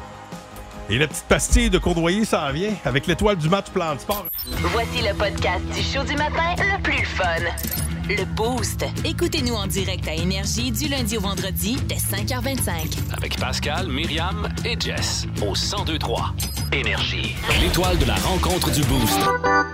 Speaker 3: Et la petite pastille de Cournoyer s'en vient avec l'étoile du match plan de sport.
Speaker 1: Voici le podcast du show du matin le plus fun.
Speaker 9: Le Boost. Écoutez-nous en direct à Énergie du lundi au vendredi dès 5h25.
Speaker 2: Avec Pascal, Myriam et Jess au 1023 Énergie. L'étoile de la rencontre du Boost.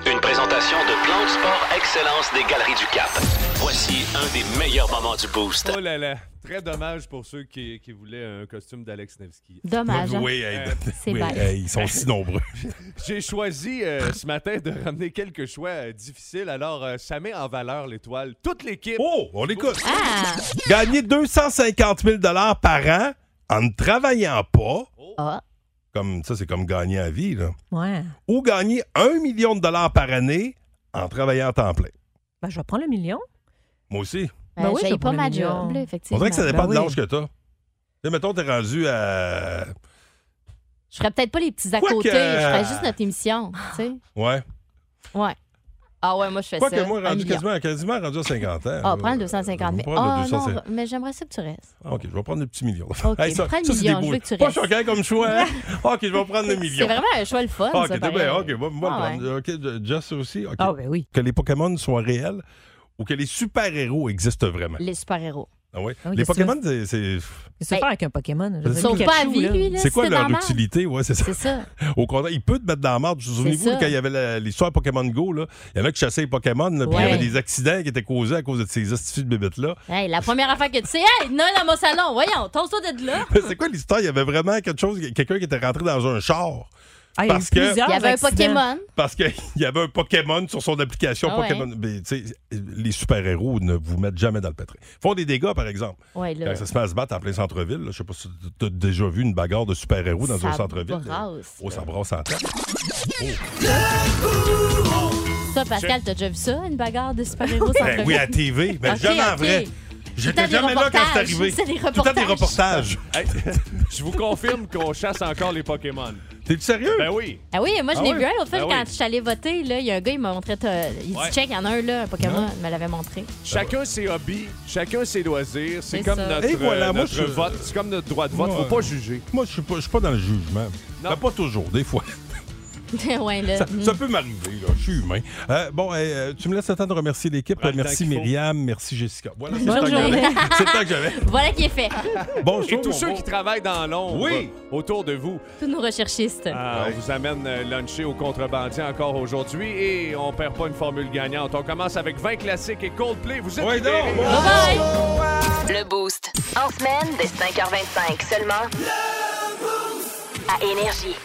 Speaker 13: Une présentation présentation de Plan de Sport Excellence des Galeries du Cap. Voici un des meilleurs moments du Boost.
Speaker 20: Oh là là, très dommage pour ceux qui, qui voulaient un costume d'Alex Nevsky.
Speaker 7: Dommage, hein?
Speaker 3: Oui, hey,
Speaker 7: Euh, c'est
Speaker 3: oui,
Speaker 7: bête.
Speaker 3: hey, ils sont si nombreux.
Speaker 20: J'ai choisi euh, ce matin de ramener quelques choix euh, difficiles, alors euh, ça met en valeur l'étoile toute l'équipe.
Speaker 3: Oh, on l'écoute.
Speaker 7: Ah,
Speaker 3: Gagner 250 000 par an en ne travaillant pas,
Speaker 7: Ah.
Speaker 3: comme ça, c'est comme gagner à vie, là.
Speaker 8: Ouais.
Speaker 3: ou gagner 1 million de dollars par année en travaillant à temps plein.
Speaker 8: Ben, je vais prendre le million.
Speaker 3: Moi aussi.
Speaker 8: Ben oui,
Speaker 7: j'aille
Speaker 8: je vais
Speaker 7: pas
Speaker 8: prendre
Speaker 7: ma
Speaker 8: le million.
Speaker 7: job, là,
Speaker 3: On
Speaker 7: effectivement.
Speaker 3: dirait que ça dépend
Speaker 7: Ben
Speaker 3: de
Speaker 7: oui.
Speaker 3: l'âge que t'as. Tu sais, mettons, t'es rendu à.
Speaker 7: Je ferais peut-être pas les petits à
Speaker 3: Quoique-
Speaker 7: côté, je ferais juste notre émission, tu sais.
Speaker 3: Ouais.
Speaker 7: Ouais. Ah ouais, moi je fais
Speaker 3: Pas
Speaker 7: ça.
Speaker 3: que moi,
Speaker 7: Un
Speaker 3: rendu
Speaker 7: million.
Speaker 3: quasiment, quasiment rendu à 50 ans.
Speaker 7: Ah,
Speaker 3: là.
Speaker 7: prends le 250
Speaker 3: Je vais
Speaker 7: 000.
Speaker 3: prendre le
Speaker 7: Ah non,
Speaker 3: 250.
Speaker 7: mais j'aimerais ça que tu restes.
Speaker 3: Ah, OK, je vais prendre le petit million.
Speaker 7: OK,
Speaker 3: ça,
Speaker 7: prends le
Speaker 3: ça, c'est des
Speaker 7: million, je
Speaker 3: beaux-
Speaker 7: veux que tu
Speaker 3: Pas
Speaker 7: restes.
Speaker 3: choquant comme choix. hein? OK, je vais prendre le million.
Speaker 7: C'est vraiment un choix le fun,
Speaker 3: Ah, OK,
Speaker 7: ça,
Speaker 3: t'es
Speaker 7: pareil.
Speaker 3: bien. OK, moi, moi,
Speaker 7: Ah
Speaker 3: le
Speaker 7: ouais.
Speaker 3: prendre. OK, Jess aussi. OK.
Speaker 7: Ah, ben oui.
Speaker 3: Que les Pokémon soient réels ou que les super-héros existent vraiment.
Speaker 7: Les super-héros.
Speaker 3: Ah ouais.
Speaker 7: Ah oui,
Speaker 3: les
Speaker 7: qu'est-ce que tu
Speaker 3: Pokémon, c'est. c'est-
Speaker 8: Qu'est-ce que tu fais avec un Pokémon?
Speaker 3: Ils
Speaker 7: sauvent pas la vie, lui, là,
Speaker 3: C'est quoi
Speaker 7: si t'es
Speaker 3: leur
Speaker 7: dans la merde.
Speaker 3: utilité? Ouais, c'est ça.
Speaker 7: C'est ça.
Speaker 3: Au contraire, il peut te mettre dans la marde. Souvenez-vous,
Speaker 7: C'est
Speaker 3: quand
Speaker 7: ça.
Speaker 3: il y avait la- l'histoire Pokémon Go, là, il y en a qui chassaient les Pokémon, là, puis il y
Speaker 7: Ouais.
Speaker 3: avait des accidents qui étaient causés à cause de ces astuces de bébêtes-là.
Speaker 7: Hey, la première affaire que tu sais, hey, non, dans mon salon, voyons, tonce-toi de là.
Speaker 3: Mais c'est quoi l'histoire? Il y avait vraiment quelque chose, quelqu'un qui était rentré dans un char.
Speaker 7: Ah, il y a eu plusieurs Il y avait un accidents. Pokémon.
Speaker 3: Parce qu'il y avait un Pokémon sur son application.
Speaker 7: Ah ouais.
Speaker 3: Pokémon. Mais, tu sais, les super-héros ne vous mettent jamais dans le pétrin. Ils font des dégâts, par exemple.
Speaker 7: Ouais, là.
Speaker 3: Quand ça se met à se battre en plein centre-ville, là, je sais pas si tu as déjà vu une bagarre de super-héros dans
Speaker 7: Ça
Speaker 3: un centre-ville.
Speaker 7: brasse,
Speaker 3: Oh, ça brasse en tête.
Speaker 20: Oh.
Speaker 7: Ça, Pascal, t'as déjà vu ça, une bagarre de super-héros sans
Speaker 3: Ben
Speaker 7: problème?
Speaker 3: oui, à TV, mais
Speaker 7: Ok,
Speaker 3: jamais en
Speaker 7: ok.
Speaker 3: vrai.
Speaker 7: Tout le
Speaker 3: J'étais
Speaker 7: temps des
Speaker 3: jamais là quand c'est
Speaker 7: reportages.
Speaker 3: arrivé.
Speaker 7: C'est des
Speaker 3: Tout le temps des
Speaker 7: reportages.
Speaker 3: reportages.
Speaker 20: Hey, je vous confirme qu'on chasse encore les Pokémon.
Speaker 3: T'es-tu sérieux?
Speaker 20: Ben oui.
Speaker 7: Ah oui, moi je
Speaker 20: Ah
Speaker 7: l'ai
Speaker 20: oui?
Speaker 7: vu un l'autre fois
Speaker 20: Ah
Speaker 7: quand
Speaker 20: oui.
Speaker 7: je suis allée voter, là, il y a un gars, il m'a montré t'as- il dit
Speaker 20: Ouais.
Speaker 7: check, il y en a un là, un Pokémon,
Speaker 20: Ouais.
Speaker 7: il me l'avait montré.
Speaker 20: Chacun ses hobbies, chacun ses loisirs. C'est
Speaker 7: C'est
Speaker 20: comme
Speaker 7: ça.
Speaker 20: notre,
Speaker 3: Et voilà,
Speaker 20: euh,
Speaker 3: moi,
Speaker 20: notre
Speaker 3: je-
Speaker 20: vote. C'est comme notre droit de vote.
Speaker 3: Moi,
Speaker 20: Faut pas
Speaker 3: euh,
Speaker 20: juger.
Speaker 3: Moi, je suis pas, je suis pas dans le jugement. Ben, pas toujours, des fois.
Speaker 20: Mm-hmm.
Speaker 7: ouais, là.
Speaker 3: Ça,
Speaker 7: hmm.
Speaker 3: ça peut m'arriver, là. Je suis humain. Euh, bon, hey, euh, tu me laisses le temps de remercier l'équipe.
Speaker 20: Prends le
Speaker 3: merci
Speaker 20: temps qu'il faut.
Speaker 3: Myriam, merci Jessica. Voilà, c'est le
Speaker 20: Bonne
Speaker 3: temps que j'avais.
Speaker 20: journée.
Speaker 3: C'est le temps que j'avais.
Speaker 7: Voilà qui est fait.
Speaker 3: Bon,
Speaker 20: Et tous ceux qui travaillent dans l'ombre
Speaker 3: Oui.
Speaker 20: autour de vous.
Speaker 7: Tous nos recherchistes.
Speaker 20: Ah, On vous amène euh, luncher au contrebandier encore aujourd'hui et on perd pas une formule gagnante. On commence avec 20 classiques et Coldplay. Vous êtes libérés.
Speaker 1: Le Boost. En semaine, dès 5h25 seulement. À Énergie.